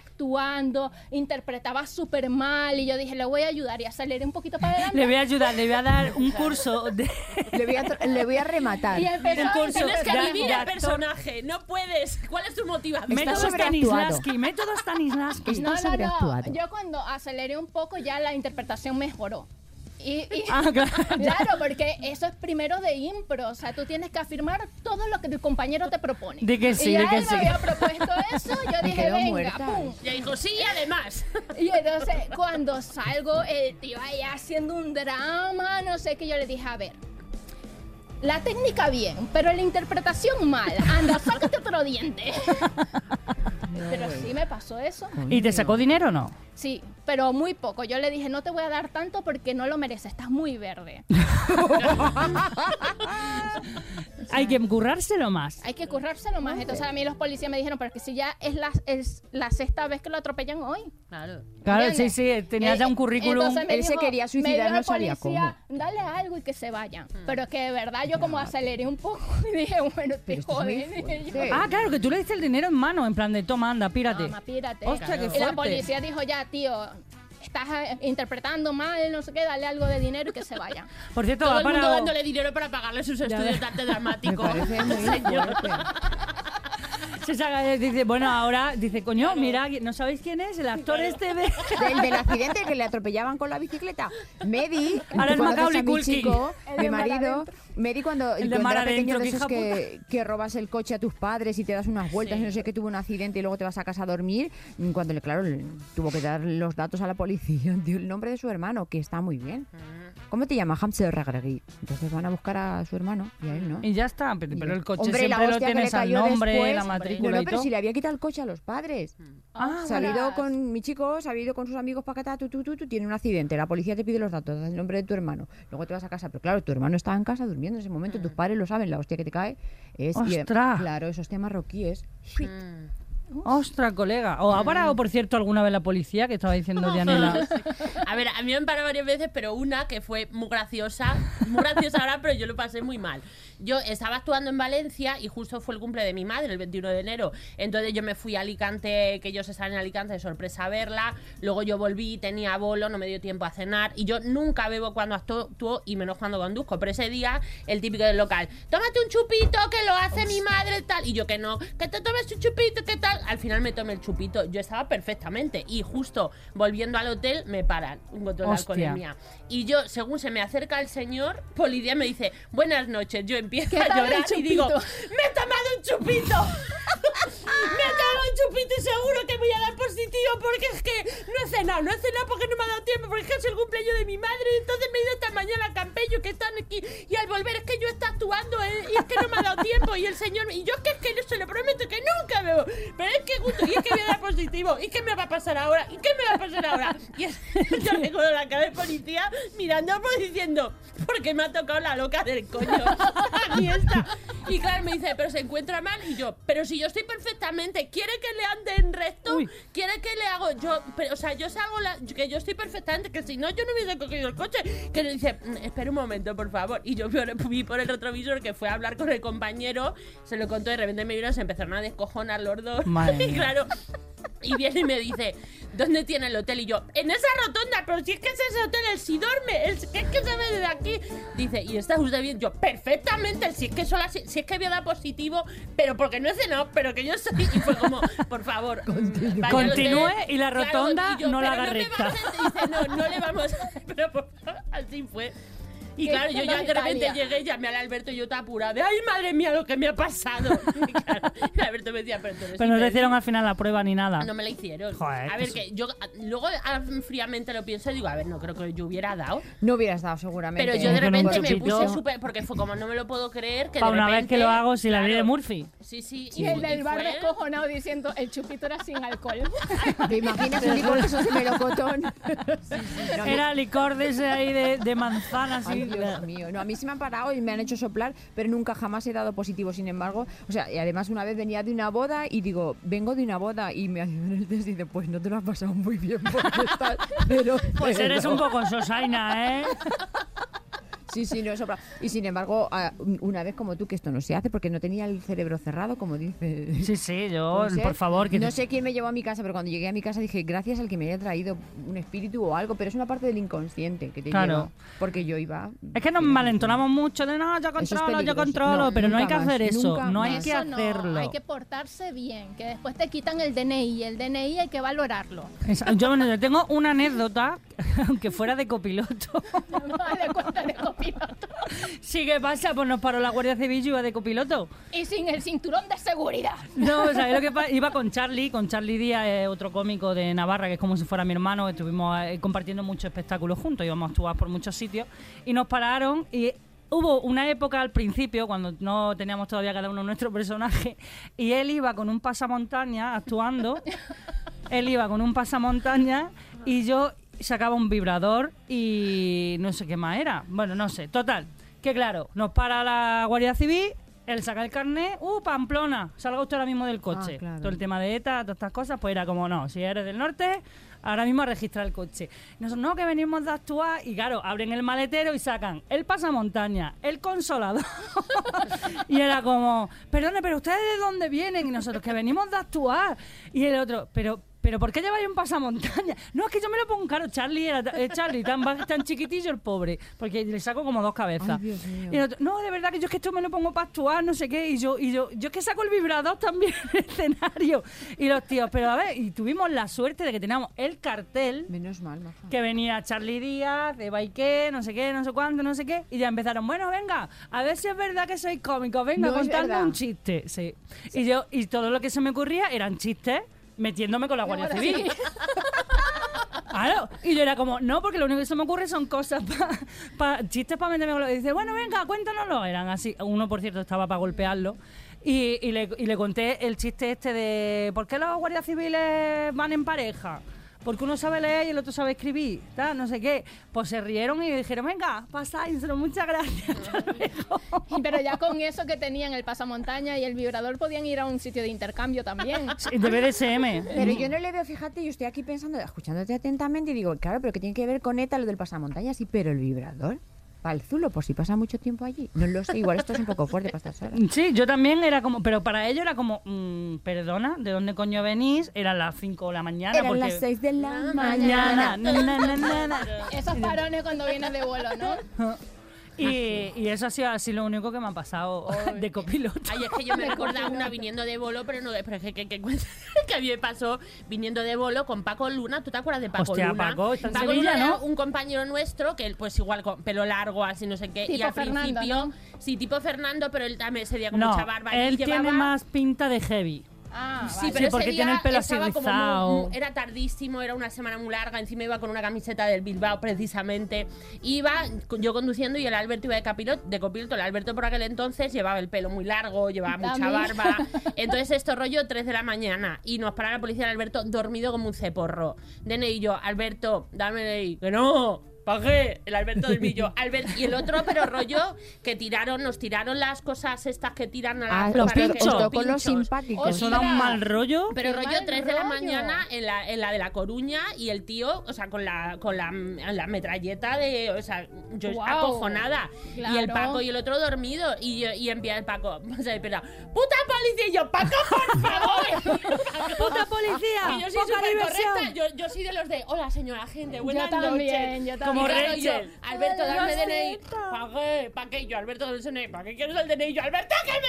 Speaker 3: sobreactuando, interpretaba súper mal y yo dije, le voy a ayudar y aceleré un poquito para adelante.
Speaker 2: Le voy a ayudar, le voy a dar un curso de...
Speaker 5: Le voy a, tra- le voy a rematar.
Speaker 3: Y empezó
Speaker 2: Un
Speaker 3: a
Speaker 2: curso
Speaker 4: Tienes que
Speaker 2: Ya,
Speaker 3: interpretar.
Speaker 4: vivir
Speaker 2: ya,
Speaker 4: el personaje, no puedes. ¿Cuál es tu motivación?
Speaker 5: Está
Speaker 2: Método
Speaker 5: sobreactuado.
Speaker 2: Stanislavski, método Stanislavski.
Speaker 5: Está sobreactuado.
Speaker 3: Yo cuando aceleré un poco ya la interpretación mejoró. Y, y-
Speaker 2: Ah, claro.
Speaker 3: claro, porque eso es primero de impro. O sea, tú tienes que afirmar todo lo que tu compañero te propone.
Speaker 2: Di que sí,
Speaker 3: y ya
Speaker 2: di que
Speaker 3: él me
Speaker 2: sí.
Speaker 3: había propuesto eso, yo
Speaker 5: Me
Speaker 3: dije,
Speaker 5: quedo
Speaker 3: venga,
Speaker 5: muerta.
Speaker 3: pum.
Speaker 4: Y dijo, sí, además.
Speaker 3: Y entonces, cuando salgo, el tío ahí haciendo un drama, no sé qué, yo le dije, a ver. La técnica bien, pero la interpretación mal. Anda, sácate otro diente. pero sí me pasó eso.
Speaker 2: ¿Y te sacó dinero o no?
Speaker 3: Sí, pero muy poco. Yo le dije, no te voy a dar tanto porque no lo mereces, estás muy verde.
Speaker 2: Hay que currárselo más.
Speaker 3: Hay que currárselo más. Entonces a mí los policías me dijeron, pero es que si ya es la, es la sexta vez que lo atropellan hoy.
Speaker 4: Claro.
Speaker 2: Claro, sí,
Speaker 3: ¿Entiendes?
Speaker 2: sí, tenía
Speaker 3: Eh,
Speaker 2: ya un
Speaker 3: eh,
Speaker 2: currículum.
Speaker 3: entonces me
Speaker 5: Él se quería
Speaker 3: me
Speaker 5: suicidar,
Speaker 3: dijo
Speaker 5: no
Speaker 3: el
Speaker 5: sabía
Speaker 3: policía, Dale algo y que se vayan. Pero es que de verdad yo como aceleré un poco y dije, bueno, te
Speaker 5: Pero esto es muy
Speaker 3: joden. Y yo,
Speaker 5: fuerte.
Speaker 2: Ah, claro, que tú le diste el dinero en mano, en plan de toma, anda, pírate.
Speaker 3: "Toma, pírate".
Speaker 2: Hostia, qué
Speaker 3: Y la
Speaker 2: fuerte.
Speaker 3: policía dijo, ya, tío, estás eh, interpretando mal, no sé qué, dale algo de dinero y que se vayan.
Speaker 2: Por cierto,
Speaker 4: Todo
Speaker 2: ha
Speaker 4: el mundo
Speaker 2: parado-
Speaker 4: dándole dinero para pagarle sus estudios
Speaker 2: ves.
Speaker 4: de arte
Speaker 5: Me
Speaker 4: dramático.
Speaker 5: parece muy fuerte.
Speaker 2: se saca- eh, dice, bueno, ahora dice, coño, mira, ¿no sabéis quién es? El actor este de...
Speaker 5: Del, del accidente que le atropellaban con la bicicleta. Me di,
Speaker 2: Ahora es
Speaker 5: cuando
Speaker 2: Macaulay
Speaker 5: conocí a mi
Speaker 2: Culkin.
Speaker 5: chico,
Speaker 3: El de
Speaker 5: mi
Speaker 3: mar
Speaker 5: marido,
Speaker 3: adentro.
Speaker 5: me di cuando,
Speaker 2: El de
Speaker 5: cuando
Speaker 2: mar
Speaker 5: era pequeño
Speaker 2: adentro,
Speaker 5: de
Speaker 2: que
Speaker 5: esos
Speaker 2: hija
Speaker 5: que, que robas el coche a tus padres y te das unas vueltas y no sé qué, tuvo un accidente y luego te vas a casa a dormir. mm, Cuando, le, claro, le- tuvo que dar los datos a la policía, dio el nombre de su hermano, que está muy bien. ¿Cómo te llama? Hamster Ragregui. Entonces van a buscar a su hermano y a él, ¿no?
Speaker 2: Y ya está, pero, pero el coche
Speaker 5: Hombre, la
Speaker 2: siempre lo
Speaker 5: hostia que le
Speaker 2: tienes al
Speaker 5: cayó
Speaker 2: nombre,
Speaker 5: después.
Speaker 2: la
Speaker 5: No,
Speaker 2: matrícula
Speaker 5: no,
Speaker 2: y
Speaker 5: pero
Speaker 2: todo.
Speaker 5: si le había quitado el coche a los padres.
Speaker 2: Ah,
Speaker 5: Se ha ido con mi chico, se ha ido con sus amigos para acá, tú, tú, tú, tú, tiene un accidente, la policía te pide los datos, das el nombre de tu hermano, luego te vas a casa, pero claro, tu hermano estaba en casa durmiendo en ese momento,
Speaker 4: Ah.
Speaker 5: tus padres lo saben, la hostia que te cae es... y, eh,
Speaker 2: ¡Ostras!
Speaker 5: claro, esos temas marroquíes.
Speaker 2: Ostras, colega. ¿O ha parado, por cierto, alguna vez la policía que estaba diciendo Dianela?
Speaker 4: A ver, a mí me han parado varias veces, pero una que fue muy graciosa, muy graciosa ahora, pero yo lo pasé muy mal. Yo estaba actuando en Valencia y justo fue el cumple de mi madre, el 21 de enero. Entonces yo me fui a Alicante, que ellos están en Alicante, de sorpresa a verla. Luego yo volví, tenía bolo, no me dio tiempo a cenar. Y yo nunca bebo cuando actúo y menos cuando conduzco. Pero ese día, el típico del local, tómate un chupito, que lo hace mi madre, tal. Y yo que no, que te tomes un chupito, que tal. Al final me tomé el chupito. Yo estaba perfectamente. Y justo volviendo al hotel, me paran un control
Speaker 2: Hostia.
Speaker 4: de alcoholemia. Y yo, según se me acerca el señor, Polidea me dice, buenas noches. Yo empiezo
Speaker 3: ¿Qué
Speaker 4: a
Speaker 3: tal el
Speaker 4: llorar y
Speaker 3: chupito?
Speaker 4: digo, me he tomado un chupito. Me he tomado un chupito y seguro que voy a dar positivo porque es que no he cenado, no he cenado porque no me ha dado tiempo, porque es que es el cumpleaños de mi madre y entonces me he ido esta mañana a Campello que están aquí y al volver es que yo está actuando eh, y es que no me ha dado tiempo y el señor y yo es que, es que no se lo prometo que nunca veo, pero es que justo y es que voy a dar positivo y qué me va a pasar ahora y qué me va a pasar ahora y es, yo me con la cara de policía mirando pues, diciendo porque me ha tocado la loca del coño aquí está y claro me dice pero se encuentra mal y yo pero si yo estoy perfectamente quiere que le ande en recto
Speaker 2: Uy.
Speaker 4: quiere que le hago yo pero o sea yo salgo la, que yo estoy perfectamente que si no yo no hubiese cogido el coche que le dice "Mm, espera un momento por favor y yo vi- vi por el retrovisor que fue a hablar con el compañero se lo contó y de repente me vieron se empezaron a descojonar los dos
Speaker 2: Madre
Speaker 4: y
Speaker 2: mía.
Speaker 4: claro y viene y me dice, ¿dónde tiene el hotel? Y yo, en esa rotonda, pero si es que es ese hotel, el si duerme, el, si- es que se ve desde aquí. Dice, ¿y está usted bien? Yo, perfectamente, si es que solo así- si es que voy a dar positivo, pero porque no he cenado, pero que yo soy. Y fue como, por favor, vaya al
Speaker 2: Continúe
Speaker 4: hotel.
Speaker 2: y la rotonda
Speaker 4: y yo,
Speaker 2: no la
Speaker 4: "Pero
Speaker 2: haga
Speaker 4: me
Speaker 2: recta".
Speaker 4: vas a- Dice, no, no le vamos a. Pero por favor, así fue. Y
Speaker 3: Qué
Speaker 4: claro, yo ya de
Speaker 3: Italia.
Speaker 4: repente llegué y llamé al Alberto y yo estaba apurada. de, ¡Ay, madre mía, lo que me ha pasado! Y claro, el Alberto me decía, pero tú
Speaker 5: Pues
Speaker 4: eres
Speaker 2: Pero no te
Speaker 4: imbécil".
Speaker 2: hicieron al final la prueba ni nada.
Speaker 4: No me la hicieron.
Speaker 2: Ah. Joder,
Speaker 4: a ver,
Speaker 2: pues-
Speaker 4: que yo a- luego a- fríamente lo pienso y digo, a ver, no creo que yo hubiera dado.
Speaker 5: No hubieras dado seguramente.
Speaker 4: Pero yo de
Speaker 2: Con un
Speaker 4: repente me
Speaker 2: chupito.
Speaker 4: puse súper. Porque fue como, no me lo puedo creer. Que
Speaker 2: Para
Speaker 4: de
Speaker 2: una vez
Speaker 4: repente-
Speaker 2: que lo hago, si la ley de
Speaker 4: Claro.
Speaker 2: Murphy.
Speaker 4: Sí, sí.
Speaker 3: Y el del bar
Speaker 4: fue-
Speaker 3: descojonado diciendo, el chupito era sin alcohol.
Speaker 5: ¿Te imaginas un licor que eso es de melocotón? No,
Speaker 4: Eh,
Speaker 5: a mí-
Speaker 2: Era licor de ese ahí de, de manzana, así.
Speaker 5: Ay, Dios mío. No, a mí sí me han parado y me han hecho soplar, pero nunca jamás he dado positivo, sin embargo. O sea, y además una vez venía de una boda y digo, vengo de una boda y me hacen el test y dice, pues no te lo has pasado muy bien porque estás... Pero,
Speaker 2: Pues eres
Speaker 5: pero".
Speaker 2: un poco sosaina, ¿eh?
Speaker 5: Sí, sí, no he soplado. Y sin embargo, a- una vez como tú, que esto no se hace porque no tenía el cerebro cerrado, como dice...
Speaker 2: Sí, sí, yo,
Speaker 5: Puede ser.
Speaker 2: por favor, que
Speaker 5: Pues No sé quién me llevó a mi casa, pero cuando llegué a mi casa dije, gracias al que me haya traído un espíritu o algo, pero es una parte del inconsciente que te
Speaker 2: Claro.
Speaker 5: lleva. Porque yo iba...
Speaker 2: Es que nos malentonamos mucho de no, yo
Speaker 5: es
Speaker 2: controlo, yo
Speaker 5: peligroso.
Speaker 2: controlo,
Speaker 5: No,
Speaker 2: pero no hay que
Speaker 5: nunca
Speaker 2: hacer
Speaker 5: más,
Speaker 2: eso,
Speaker 5: nunca
Speaker 2: no hay
Speaker 5: más.
Speaker 2: que
Speaker 3: Eso no,
Speaker 2: hacerlo.
Speaker 3: hay que portarse bien, que después te quitan el DNI. El DNI hay que valorarlo.
Speaker 2: Esa- Yo bueno, yo tengo una anécdota, aunque fuera de copiloto.
Speaker 3: Vale, cuenta de copiloto.
Speaker 2: Sí, ¿qué pasa? Pues nos paró la Guardia Civil y iba de copiloto.
Speaker 3: Y sin el cinturón de seguridad.
Speaker 2: No, ¿sabes lo que pasa? Iba con Charlie, con Charlie Díaz, eh, otro cómico de Navarra, que es como si fuera mi hermano. Estuvimos eh, compartiendo muchos espectáculos juntos, íbamos a actuar por muchos sitios. Y nos pararon y hubo una época al principio, cuando no teníamos todavía cada uno nuestro personaje, y él iba con un pasamontaña actuando. él iba con un pasamontaña y yo sacaba un vibrador y no sé qué más era. Bueno, no sé. Total, que claro, nos para la Guardia Civil el sacar el carnet, ¡uh, Pamplona! Salga usted ahora mismo del coche.
Speaker 5: Ah, claro.
Speaker 2: Todo el tema de ETA, todas estas cosas, pues era como, no, si eres del norte, ahora mismo a registrar el coche. Nosotros, no, que venimos de actuar, y claro, abren el maletero y sacan el pasamontaña, el consolador. y era como, perdone, pero ¿ustedes de dónde vienen? Y nosotros, que venimos de actuar. Y el otro, pero... ¿Pero por qué lleváis un pasamontaña? No, es que yo me lo pongo caro. Charlie era ta- eh, Charlie, tan, ba- tan chiquitillo el pobre, porque le saco como dos cabezas.
Speaker 5: Ay, Dios mío.
Speaker 2: Y el otro, no, de verdad que yo es que esto me lo pongo para actuar, no sé qué, y yo, y yo, yo es que saco el vibrador también en el escenario. Y los tíos, pero a ver, y tuvimos la suerte de que teníamos el cartel
Speaker 5: Menos mal, maja.
Speaker 2: que venía Charlie Díaz, de Baiqué, no sé qué, no sé cuánto, no sé qué, y ya empezaron, bueno, venga, a ver si es verdad que soy cómico, venga,
Speaker 5: No es
Speaker 2: contando
Speaker 5: verdad.
Speaker 2: un chiste. Sí. Y yo, y todo lo que se me ocurría eran chistes metiéndome con la Guardia Civil. Claro, y yo era como, no, porque lo único que se me ocurre son cosas, pa- pa- chistes para meterme con lo Y dice, bueno, venga, cuéntanoslo. Eran así, uno por cierto estaba para golpearlo. Y, y le, y le conté el chiste este de, ¿por qué los guardias civiles van en pareja? Porque uno sabe leer y el otro sabe escribir, tal, no sé qué. Pues se rieron y dijeron, venga, pasáis, muchas gracias, hasta luego".
Speaker 3: Pero ya con eso que tenían el pasamontaña y el vibrador podían ir a un sitio de intercambio también.
Speaker 2: Sí, De BDSM.
Speaker 5: Pero yo no le veo, fíjate, yo estoy aquí pensando, escuchándote atentamente y digo, claro, pero que tiene que ver con ETA lo del pasamontañas, sí, pero el vibrador. Para el zulo, por si pasa mucho tiempo allí. No lo sé, igual esto es un poco fuerte para estas horas.
Speaker 2: Sí, yo también era como, pero para ello era como, mm, perdona, ¿de dónde coño venís? Eran las 5 de la mañana.
Speaker 5: Eran
Speaker 2: porque...
Speaker 5: las 6 de la
Speaker 2: mañana.
Speaker 5: Ah, mañana.
Speaker 2: na, na, na, na, na.
Speaker 3: Esos parones cuando vienes de vuelo, ¿no?
Speaker 2: Y, y eso ha sido así lo único que me ha pasado de copiloto.
Speaker 4: Ay, es que yo me recordaba una viniendo de bolo, pero no, pero es que, que, que, que a mí me pasó viniendo de bolo con Paco Luna. ¿Tú te acuerdas de Paco
Speaker 2: Hostia,
Speaker 4: Luna?
Speaker 2: Paco, está en Sevilla,
Speaker 4: Luna era
Speaker 2: ¿no?
Speaker 4: un compañero nuestro que, pues igual con pelo largo, así no sé qué. y
Speaker 3: Tipo
Speaker 4: al
Speaker 3: Fernando,
Speaker 4: principio,
Speaker 3: ¿no?
Speaker 4: sí, tipo Fernando, pero él también sería con
Speaker 2: No,
Speaker 4: mucha barba. y
Speaker 2: él
Speaker 4: llevaba-
Speaker 2: tiene más pinta de heavy.
Speaker 3: Ah,
Speaker 4: Sí,
Speaker 3: vale.
Speaker 4: pero ese
Speaker 2: porque
Speaker 4: día
Speaker 2: tiene el pelo así
Speaker 4: estaba como muy-
Speaker 2: rizado.
Speaker 4: era tardísimo, era una semana muy larga, encima iba con una camiseta del Bilbao precisamente. Iba con- yo conduciendo y el Alberto iba de capiloto, de copiloto. El Alberto por aquel entonces llevaba el pelo muy largo, llevaba mucha
Speaker 3: Dame.
Speaker 4: barba. Entonces esto rollo 3 de la mañana y nos paraba la policía el Alberto dormido como un ceporro. Dene y yo, Alberto, dame DNI. Que no. Pagué el Alberto del Millo. Albert, y el otro, pero rollo, que tiraron, nos tiraron las cosas estas que tiran a la
Speaker 5: Ah, los
Speaker 4: para que-
Speaker 5: pinchos.
Speaker 2: Os
Speaker 5: tocó los
Speaker 2: Que
Speaker 5: simpáticos.
Speaker 2: eso da un
Speaker 3: Ostras.
Speaker 2: mal rollo.
Speaker 4: Pero
Speaker 3: ¡Qué
Speaker 4: rollo
Speaker 3: mal
Speaker 4: 3 de la
Speaker 3: rollo!
Speaker 4: mañana en la, en la de La Coruña y el tío, o sea, con la, con la, la metralleta de, o sea, yo
Speaker 3: ¡Guau!
Speaker 4: acojonada. Y el
Speaker 3: Claro.
Speaker 4: Paco y el otro dormido. Y, yo- y empieza el Paco, o sea, espera, ¡puta policía! Y yo, ¡Paco, por favor!
Speaker 2: ¡Puta policía!
Speaker 4: Y yo soy
Speaker 2: ¡Poca
Speaker 4: súper
Speaker 2: diversión!
Speaker 4: correcta. Yo, yo soy de los de, hola señora gente,
Speaker 3: Yo
Speaker 4: buenas noches.
Speaker 3: también, yo también.
Speaker 2: Como
Speaker 4: Y claro,
Speaker 2: Rachel.
Speaker 4: yo, Alberto,
Speaker 2: Hola,
Speaker 4: dame
Speaker 2: Rosita.
Speaker 4: DNI. ¿Para qué? ¿Para qué? Yo, Alberto, dame el DNI. ¿Para qué quieres el DNI? Yo, Alberto, que me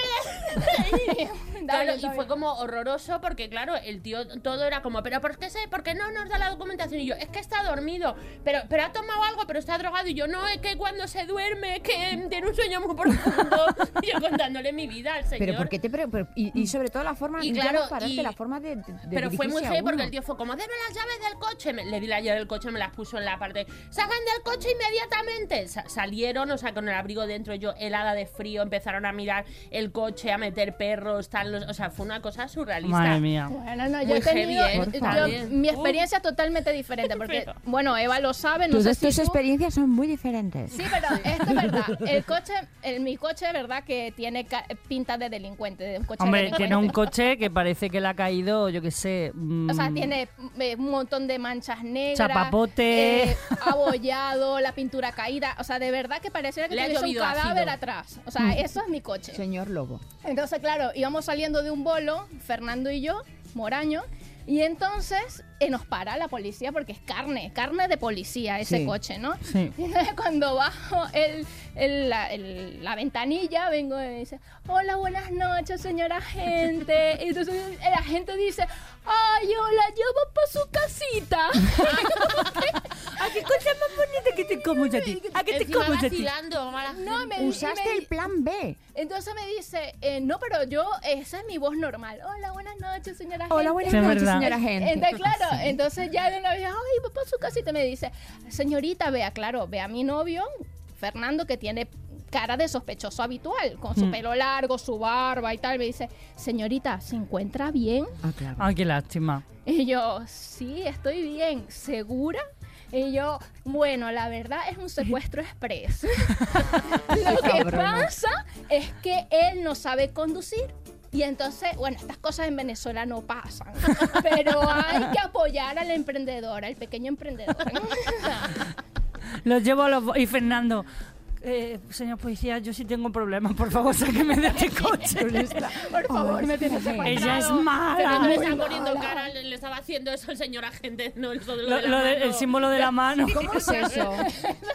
Speaker 4: des el DNI. Claro, y fue como horroroso porque, claro, el tío todo era como, pero ¿por qué, se, ¿por qué no nos da la documentación? Y yo, es que está dormido, pero, pero ha tomado algo, pero está drogado. Y yo, no, es que cuando se duerme, es que em, tiene un sueño muy profundo. Y yo contándole mi vida al señor.
Speaker 5: Pero ¿por qué te pre- pero- y, y sobre todo la forma
Speaker 4: Y
Speaker 5: ya
Speaker 4: claro,
Speaker 5: no paraste,
Speaker 4: y-
Speaker 5: la forma de, de- de
Speaker 4: Pero fue muy
Speaker 5: dirigirse a
Speaker 4: feo porque
Speaker 5: uno.
Speaker 4: el tío fue como, deme las llaves del coche. Me- le di las llaves del coche, me las puso en la parte. ¡Salgan del coche inmediatamente! Sa- salieron, o sea, con el abrigo dentro yo, helada de frío, empezaron a mirar el coche, a meter perros, tal. los- o sea, fue una cosa surrealista.
Speaker 2: Madre mía.
Speaker 3: Bueno, no, yo
Speaker 4: Muy
Speaker 3: he tenido.
Speaker 4: heavy, ¿eh?
Speaker 5: Por
Speaker 3: yo-
Speaker 4: También.
Speaker 3: mi experiencia es totalmente diferente. Porque,
Speaker 4: Pero-
Speaker 3: bueno, Eva lo sabe, no
Speaker 5: Tus
Speaker 3: sé
Speaker 5: dos-
Speaker 3: si
Speaker 5: tus
Speaker 3: tú-
Speaker 5: experiencias son muy diferentes.
Speaker 3: Sí, pero esto es verdad. El coche, el, mi coche, de verdad, que tiene ca- pinta de delincuente. de un coche
Speaker 2: Hombre,
Speaker 3: delincuente.
Speaker 2: tiene un coche que parece que le ha caído, yo qué sé. mm,
Speaker 3: O sea, tiene eh, un montón de manchas negras.
Speaker 2: Chapapote.
Speaker 3: eh, abollado, la pintura caída. O sea, de verdad que pareciera que
Speaker 4: Le ha
Speaker 3: tuviese un
Speaker 4: llovido ácido.
Speaker 3: cadáver atrás. O
Speaker 2: Mm.
Speaker 3: sea, eso es mi coche.
Speaker 5: Señor Lobo.
Speaker 3: Entonces, claro, íbamos saliendo de un bolo, Fernando y yo, Moraño, y entonces eh, nos para la policía porque es carne, carne de policía ese
Speaker 5: Sí.
Speaker 3: coche, ¿no?
Speaker 2: Sí.
Speaker 3: Y entonces cuando bajo el, el- la, el- la ventanilla, vengo y me dice, hola, buenas noches, señora gente. Y entonces el agente dice, ay, yo la llevo para su casita.
Speaker 2: ¿A qué coche más bonito que te como yo a ti? ¿A qué te
Speaker 4: Encima
Speaker 2: como yo a ti?
Speaker 4: vacilando, mala
Speaker 3: No, me,
Speaker 5: Usaste
Speaker 3: me-
Speaker 5: el plan B.
Speaker 3: Entonces me dice, eh, no, pero yo, esa es mi voz normal. Hola, buenas noches, señora
Speaker 5: Hola,
Speaker 3: gente".
Speaker 5: buenas
Speaker 2: Sí, es
Speaker 5: noches,
Speaker 2: verdad.
Speaker 5: señora gente.
Speaker 3: Entonces, claro, entonces ya de una vez, ay, papá, su casita me dice, señorita, vea, claro, vea a mi novio, Fernando, que tiene cara de sospechoso habitual, con su
Speaker 5: Mm.
Speaker 3: pelo largo, su barba y tal, me dice, señorita, ¿se encuentra bien?
Speaker 5: Ah, claro.
Speaker 2: Ay, qué lástima.
Speaker 3: Y yo, sí, estoy bien, ¿segura? Y yo, bueno, la verdad es un secuestro express. Lo que
Speaker 5: Cabrona.
Speaker 3: pasa es que él no sabe conducir. Y entonces, bueno, estas cosas en Venezuela no pasan, pero hay que apoyar al emprendedor, al pequeño emprendedor.
Speaker 2: Los llevo a los... bo- Y Fernando... eh, señor policía, yo sí tengo problemas, por favor, sáqueme de este coche.
Speaker 3: Por favor, me tienes secuestrado.
Speaker 2: Ella es
Speaker 4: Pero le
Speaker 2: mala.
Speaker 4: estaba poniendo cara, le, le estaba haciendo eso el señor agente, no el, solo de
Speaker 2: Lo-
Speaker 4: la
Speaker 2: lo de- el
Speaker 4: mano.
Speaker 2: símbolo de la mano.
Speaker 5: ¿Cómo es eso?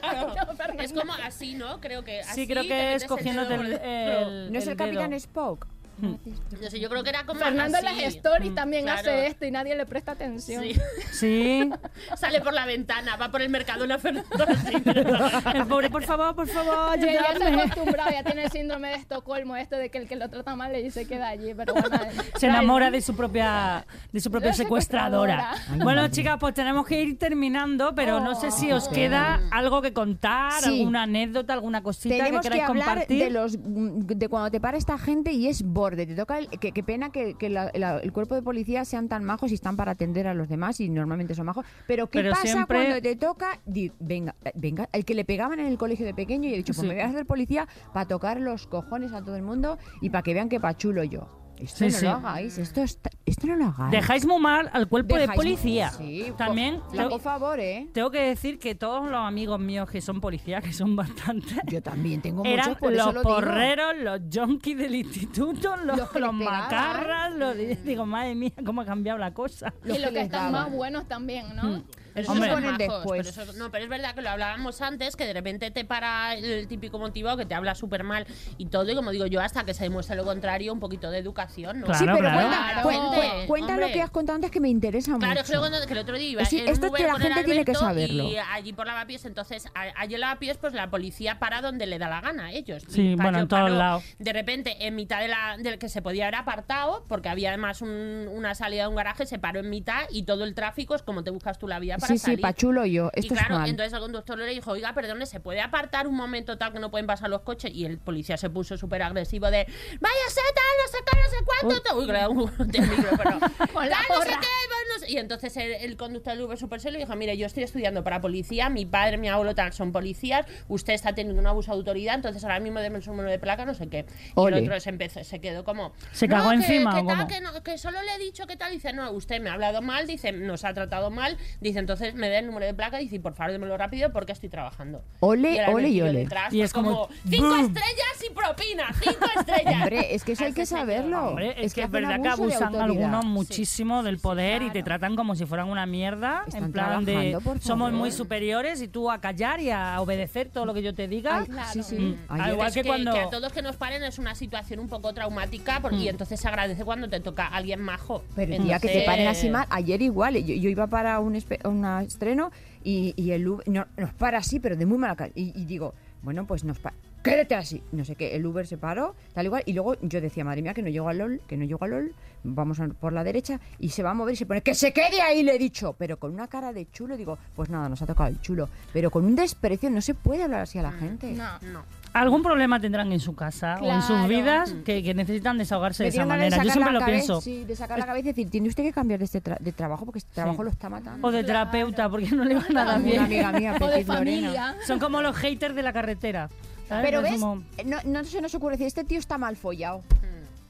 Speaker 4: Claro. Es como así, ¿no? Creo que así.
Speaker 2: Sí, creo
Speaker 4: te
Speaker 2: que es
Speaker 4: metes el
Speaker 2: cogiéndote
Speaker 4: dedo por
Speaker 2: el,
Speaker 4: dentro.
Speaker 2: el-
Speaker 5: ¿No es el
Speaker 2: dedo.
Speaker 5: capitán este? Spock?
Speaker 4: No sé, yo creo que era como
Speaker 3: Fernando en
Speaker 4: así.
Speaker 3: las stories también
Speaker 4: claro.
Speaker 3: hace esto y nadie le presta atención.
Speaker 4: Sí.
Speaker 2: Sí.
Speaker 4: Sale por la ventana, va por el mercado la Fernando así.
Speaker 2: El pobre, por favor, por favor,
Speaker 3: Yo ya está
Speaker 2: ayúdame.
Speaker 3: acostumbrado, ya tiene el síndrome de Estocolmo, esto de que el que lo trata mal le dice queda allí, pero bueno.
Speaker 2: Se enamora de su propia, de su propia
Speaker 3: La
Speaker 2: secuestradora.
Speaker 1: secuestradora.
Speaker 2: Bueno, chicas, pues tenemos que ir terminando, pero no sé si os queda algo que contar,
Speaker 5: Sí.
Speaker 2: alguna anécdota, alguna cosita que
Speaker 5: Tenemos que,
Speaker 2: queráis
Speaker 5: hablar
Speaker 2: compartir.
Speaker 5: de los mm, de cuando te para esta gente y es borde. Te toca el- qué, qué pena que, que la- la- el cuerpo de policía sean tan majos y están para atender a los demás y normalmente son majos. Pero qué
Speaker 2: Pero
Speaker 5: pasa
Speaker 2: siempre-
Speaker 5: cuando te toca di- venga eh, venga el que le pegaban en el colegio de pequeño y he dicho pues
Speaker 2: Sí.
Speaker 5: me voy a hacer policía para tocar los cojones a todo el mundo y para que vean que pachulo yo. Esto
Speaker 2: Sí,
Speaker 5: no
Speaker 2: sí.
Speaker 5: lo hagáis. Esto está- esto no lo hagáis.
Speaker 2: Dejáis muy mal al cuerpo de
Speaker 5: Dejáis-
Speaker 2: policía.
Speaker 5: Sí, por-
Speaker 2: También
Speaker 5: Fla-
Speaker 2: te-
Speaker 5: por favor, eh.
Speaker 2: tengo que decir que todos los amigos míos que son policías, que son bastantes,
Speaker 5: Yo también tengo
Speaker 2: eran
Speaker 5: muchos por eso
Speaker 2: los
Speaker 5: lo digo.
Speaker 2: porreros, los yonkis del instituto, los,
Speaker 5: Los que
Speaker 2: los
Speaker 5: les pegaban.
Speaker 2: macarras, los, digo, madre mía, cómo ha cambiado la cosa.
Speaker 5: Los
Speaker 3: y los que
Speaker 5: les
Speaker 3: están
Speaker 5: daban.
Speaker 3: más buenos también, ¿no?
Speaker 4: Pero
Speaker 2: Hombre.
Speaker 4: esos son
Speaker 5: Ponen
Speaker 4: majos,
Speaker 5: después.
Speaker 4: pero eso- no, pero es verdad que lo hablábamos antes, que de repente te para el típico motivado que te habla súper mal y todo, y como digo yo, hasta que se demuestre lo contrario, un poquito de educación, ¿no?
Speaker 2: Claro,
Speaker 5: sí, pero
Speaker 2: claro.
Speaker 5: cuenta,
Speaker 4: Claro,
Speaker 5: cuen- cuen-
Speaker 4: hombre,
Speaker 5: cuenta lo
Speaker 4: hombre.
Speaker 5: que has contado antes que me interesa
Speaker 4: Claro, es
Speaker 5: mucho.
Speaker 4: que, luego no- que el otro día iba
Speaker 5: Sí,
Speaker 4: en
Speaker 5: esto
Speaker 4: Uber
Speaker 5: que la
Speaker 4: con el
Speaker 5: gente tiene que
Speaker 4: Alberto
Speaker 5: saberlo.
Speaker 4: Y allí por Lavapiés, entonces, a- allí en Lavapiés, pues la policía para donde le da la gana a ellos.
Speaker 2: Sí,
Speaker 4: Y
Speaker 2: bueno,
Speaker 4: paró-
Speaker 2: en todos
Speaker 4: paró
Speaker 2: lados.
Speaker 4: De repente, en mitad de la, del que se podía haber apartado, porque había además un- una salida de un garaje, se paró en mitad y todo el tráfico es como te buscas tú la vida para
Speaker 5: sí,
Speaker 4: salir.
Speaker 5: sí, pachulo yo.
Speaker 4: Y
Speaker 5: Esto
Speaker 4: claro,
Speaker 5: es mal.
Speaker 4: entonces el conductor le dijo, oiga, perdone, ¿se puede apartar un momento tal que no pueden pasar los coches? Y el policía se puso súper agresivo de, vaya seta, no sé qué, no sé cuánto. tal". Uy, claro, un micro, pero...
Speaker 3: Con la
Speaker 4: "Tal, no sé
Speaker 3: porra".
Speaker 4: qué, pues, no sé". Y entonces el, el conductor del Uber súper serio dijo, mire, yo estoy estudiando para policía, mi padre, mi abuelo tal son policías, usted está teniendo un abuso de autoridad, entonces ahora mismo deme el número de placa, no sé qué. Y
Speaker 5: Ole.
Speaker 4: el otro se, empezó, se quedó como...
Speaker 2: ¿Se
Speaker 4: "No,
Speaker 2: cagó
Speaker 4: que-
Speaker 2: encima
Speaker 4: que
Speaker 2: o
Speaker 4: tal,
Speaker 2: cómo?".
Speaker 4: que no, que solo le he dicho que tal, dice, no, usted me ha hablado mal, dice, nos ha tratado mal, dice, entonces me dé el número de placa, dice, por favor, démelo rápido porque estoy trabajando.
Speaker 5: Ole,
Speaker 4: Y el
Speaker 5: ole y
Speaker 4: Albertillo
Speaker 5: ole.
Speaker 4: detrás, pues,
Speaker 2: Y es como,
Speaker 4: cinco
Speaker 2: ¡boom!
Speaker 4: estrellas y propina, cinco estrellas.
Speaker 5: Hombre, es que eso hay
Speaker 4: Así
Speaker 5: que
Speaker 4: se quedó.
Speaker 5: saberlo.
Speaker 2: Hombre, es, que es
Speaker 5: hacen
Speaker 2: verdad que
Speaker 5: abuso de
Speaker 2: abusan
Speaker 5: autoridad.
Speaker 2: algunos muchísimo del poder y te tratan como si fueran una mierda.
Speaker 5: Están
Speaker 2: en plan de
Speaker 5: trabajando, por
Speaker 2: somos
Speaker 5: favor.
Speaker 2: muy superiores y tú a callar y a obedecer todo lo que yo te diga.
Speaker 5: Ay, Sí, sí.
Speaker 2: Mm,
Speaker 5: Ay,
Speaker 2: al
Speaker 5: yo-
Speaker 2: igual
Speaker 4: Es
Speaker 2: que, cuando.
Speaker 4: a todos que nos paren es una situación un poco traumática porque, y entonces se agradece cuando te toca a alguien majo.
Speaker 5: Mm. Pero
Speaker 4: Entonces-
Speaker 5: tía, que te paren así mal. Ayer igual, yo, yo iba para un, espe- un estreno y, y el Uber no- nos para así, pero de muy mala cara. Y, y digo, bueno, pues nos para. Quédate así. No sé qué, el Uber se paró, tal igual. Y luego yo decía, madre mía, que no llego a LOL, que no llego a LOL. Vamos a- por la derecha y se va a mover y se pone, que se quede ahí, le he dicho. Pero con una cara de chulo, digo, pues nada, nos ha tocado el chulo. Pero con un desprecio, no se puede hablar así a la gente.
Speaker 3: No.
Speaker 4: No.
Speaker 2: Algún problema tendrán en su casa o en sus
Speaker 3: Claro.
Speaker 2: vidas que, que necesitan desahogarse
Speaker 5: Me
Speaker 2: de esa
Speaker 5: dieron ganas
Speaker 2: manera.
Speaker 5: de
Speaker 2: Yo
Speaker 5: Mm. sacar
Speaker 2: siempre
Speaker 5: la
Speaker 2: lo
Speaker 5: cabeza-
Speaker 2: pienso.
Speaker 5: sí, de sacar la cabeza y decir, tiene usted que cambiar de, este tra- de trabajo porque este trabajo lo está matando.
Speaker 2: O de terapeuta, porque no le va nada
Speaker 5: Alguna
Speaker 2: bien.
Speaker 5: amiga mía,
Speaker 3: O de
Speaker 5: Petit Lorena.
Speaker 3: familia.
Speaker 2: Son como los haters de la carretera. ¿sabes?
Speaker 5: Pero
Speaker 2: Es
Speaker 5: ves,
Speaker 2: como,
Speaker 5: no, no se nos ocurre decir, este tío está mal follado,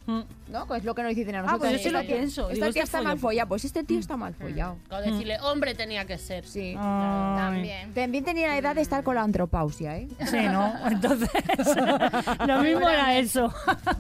Speaker 2: mm.
Speaker 5: ¿no? Que es lo que nos dicen a
Speaker 2: Ah, pues
Speaker 5: nosotros.
Speaker 2: yo sí lo
Speaker 5: Esta tía-
Speaker 2: pienso.
Speaker 5: Esta
Speaker 2: Digo, este Mm.
Speaker 5: tía está
Speaker 2: follo.
Speaker 5: mal follado, pues este tío está mal follado.
Speaker 4: O decirle, hombre, tenía que ser.
Speaker 5: Sí.
Speaker 2: Ah. Ay.
Speaker 3: También.
Speaker 5: También tenía la edad de estar con la antropausia, ¿eh?
Speaker 2: Sí, ¿no? Entonces, lo mismo era eso.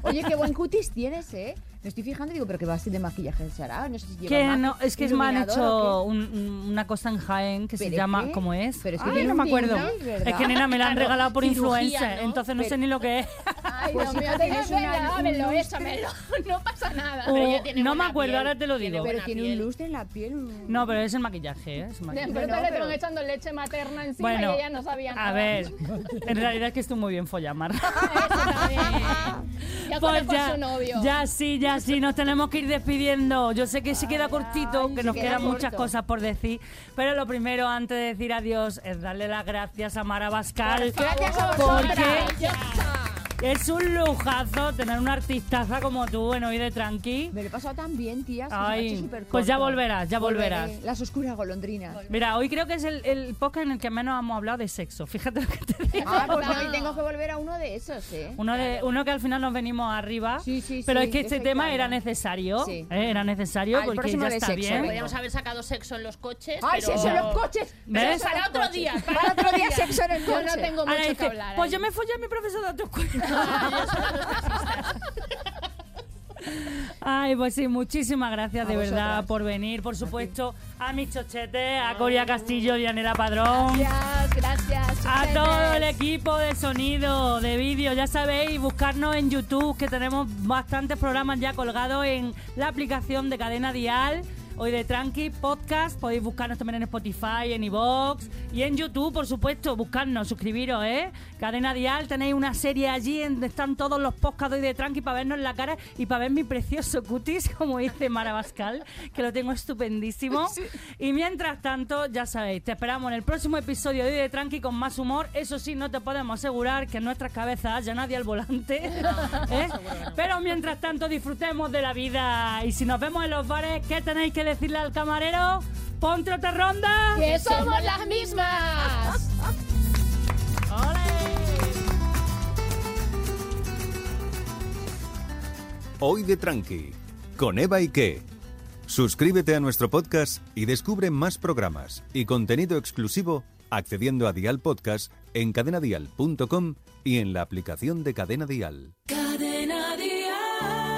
Speaker 5: Oye, qué buen cutis tienes, ¿eh? Me estoy fijando y digo, pero que va así de maquillaje se hará. No sé si lleva
Speaker 2: Que
Speaker 5: maqui-
Speaker 2: no, es que me han
Speaker 5: iluminador
Speaker 2: hecho
Speaker 5: o qué.
Speaker 2: un- un- una cosa en Jaén que se
Speaker 5: ¿Pero
Speaker 2: llama,
Speaker 5: qué?
Speaker 2: ¿cómo es?
Speaker 5: Pero es que
Speaker 2: Ay, no
Speaker 5: tiene un
Speaker 2: me acuerdo.
Speaker 5: tigre, ¿verdad?
Speaker 2: Es que nena me la han
Speaker 4: Claro,
Speaker 2: regalado por
Speaker 4: cirugía,
Speaker 2: influencer,
Speaker 4: ¿no?
Speaker 2: entonces no sé ni lo que es.
Speaker 3: Ay, Dios
Speaker 5: Pues si
Speaker 3: mío,
Speaker 5: no
Speaker 3: tenés
Speaker 5: tienes una-
Speaker 3: venga,
Speaker 5: un
Speaker 3: dámelo,
Speaker 5: lustre.
Speaker 3: échamelo. No pasa nada.
Speaker 2: O-
Speaker 4: Pero ella tiene
Speaker 2: no me
Speaker 4: buena
Speaker 2: acuerdo,
Speaker 4: piel,
Speaker 2: ahora te lo
Speaker 4: tiene
Speaker 2: digo.
Speaker 5: Pero
Speaker 4: buena
Speaker 5: tiene
Speaker 4: piel.
Speaker 5: un lustre en la piel. mm, un-
Speaker 2: No, pero es el maquillaje, ¿eh? es el maquillaje.
Speaker 3: Después
Speaker 5: no,
Speaker 3: le
Speaker 5: pero-
Speaker 3: estaban echando leche materna encima
Speaker 2: Bueno,
Speaker 3: y ella no sabía nada. Ah,
Speaker 2: a ver, en realidad es que estoy muy bien follamar.
Speaker 3: Eso también.
Speaker 2: Pues
Speaker 3: Ya conozco a
Speaker 2: ya,
Speaker 3: su novio.
Speaker 2: ya sí, ya sí, nos tenemos que ir despidiendo. Yo sé que se queda cortito, que
Speaker 5: se
Speaker 2: nos
Speaker 5: queda
Speaker 2: quedan muchas
Speaker 5: corto.
Speaker 2: cosas por decir, pero lo primero antes de decir adiós es darle las gracias a Mara Bascal
Speaker 5: Gracias a
Speaker 2: porque
Speaker 5: vosotras.
Speaker 2: Es un lujazo tener una artistaza como tú en Hoy de Tranqui.
Speaker 5: Me lo he pasado tan bien, tía.
Speaker 2: Ay, pues ya volverás, ya volverás.
Speaker 5: Las oscuras golondrinas.
Speaker 2: Mira, hoy creo que es el, el podcast en el que menos hemos hablado de sexo. Fíjate lo que te digo.
Speaker 5: Ah, pues hoy tengo que volver a uno de esos, ¿eh?
Speaker 2: Uno, de, uno que al final nos venimos arriba.
Speaker 5: Sí, sí,
Speaker 2: Pero
Speaker 5: sí,
Speaker 2: es que este
Speaker 5: eso hay
Speaker 2: tema
Speaker 5: que
Speaker 2: era
Speaker 5: hablar.
Speaker 2: necesario.
Speaker 5: Sí.
Speaker 2: ¿eh? Era necesario
Speaker 5: Al
Speaker 2: porque
Speaker 5: próximo
Speaker 2: ya
Speaker 5: de
Speaker 2: está
Speaker 5: sexo,
Speaker 2: bien.
Speaker 5: venga.
Speaker 4: Podríamos haber sacado sexo en los coches.
Speaker 5: ¡Ay,
Speaker 4: pero-
Speaker 5: sexo en los coches!
Speaker 2: ¿Ves?
Speaker 5: Sexo en
Speaker 4: Para
Speaker 5: los
Speaker 4: otro
Speaker 5: coches.
Speaker 4: día,
Speaker 5: Para otro día, sexo en el
Speaker 3: Yo
Speaker 5: coche.
Speaker 3: no tengo
Speaker 2: Ahora
Speaker 3: mucho que
Speaker 2: dice,
Speaker 3: hablar. ¿eh?
Speaker 2: pues
Speaker 3: ahí.
Speaker 2: yo me follé a mi profesor de autoescuela.
Speaker 4: Ah, yo soy de los taxistas.
Speaker 2: Ay, pues sí, muchísimas gracias
Speaker 5: A
Speaker 2: de verdad
Speaker 5: vosotras.
Speaker 2: por venir. Por supuesto, a mis chochetes, a Coria Castillo, Dianela Padrón.
Speaker 3: Gracias, gracias.
Speaker 2: A
Speaker 3: ustedes.
Speaker 2: todo el equipo de sonido, de vídeo, ya sabéis, buscarnos en YouTube, que tenemos bastantes programas ya colgados en la aplicación de Cadena Dial, hoy de Tranqui Podcast, podéis buscarnos también en Spotify, en iVoox y en YouTube, por supuesto, buscarnos, suscribiros, ¿eh? Cadena Dial, tenéis una serie allí en donde están todos los podcasts de hoy de Tranqui para vernos la cara y para ver mi precioso cutis, como dice Mara Bascal, que lo tengo estupendísimo. Y mientras tanto, ya sabéis, te esperamos en el próximo episodio de Hoy de Tranqui con más humor. Eso sí, no te podemos asegurar que en nuestras cabezas haya nadie al volante. ¿eh? Pero mientras tanto, disfrutemos de la vida. Y si nos vemos en los bares, ¿qué tenéis que decirle al camarero? ¡Ponte otra ronda!
Speaker 3: Que somos las mismas.
Speaker 1: Hoy de Tranqui, con Eva Ike. Suscríbete a nuestro podcast y descubre más programas y contenido exclusivo accediendo a Dial Podcast en cadenadial.com y en la aplicación de Cadena Dial.
Speaker 6: Cadena Dial.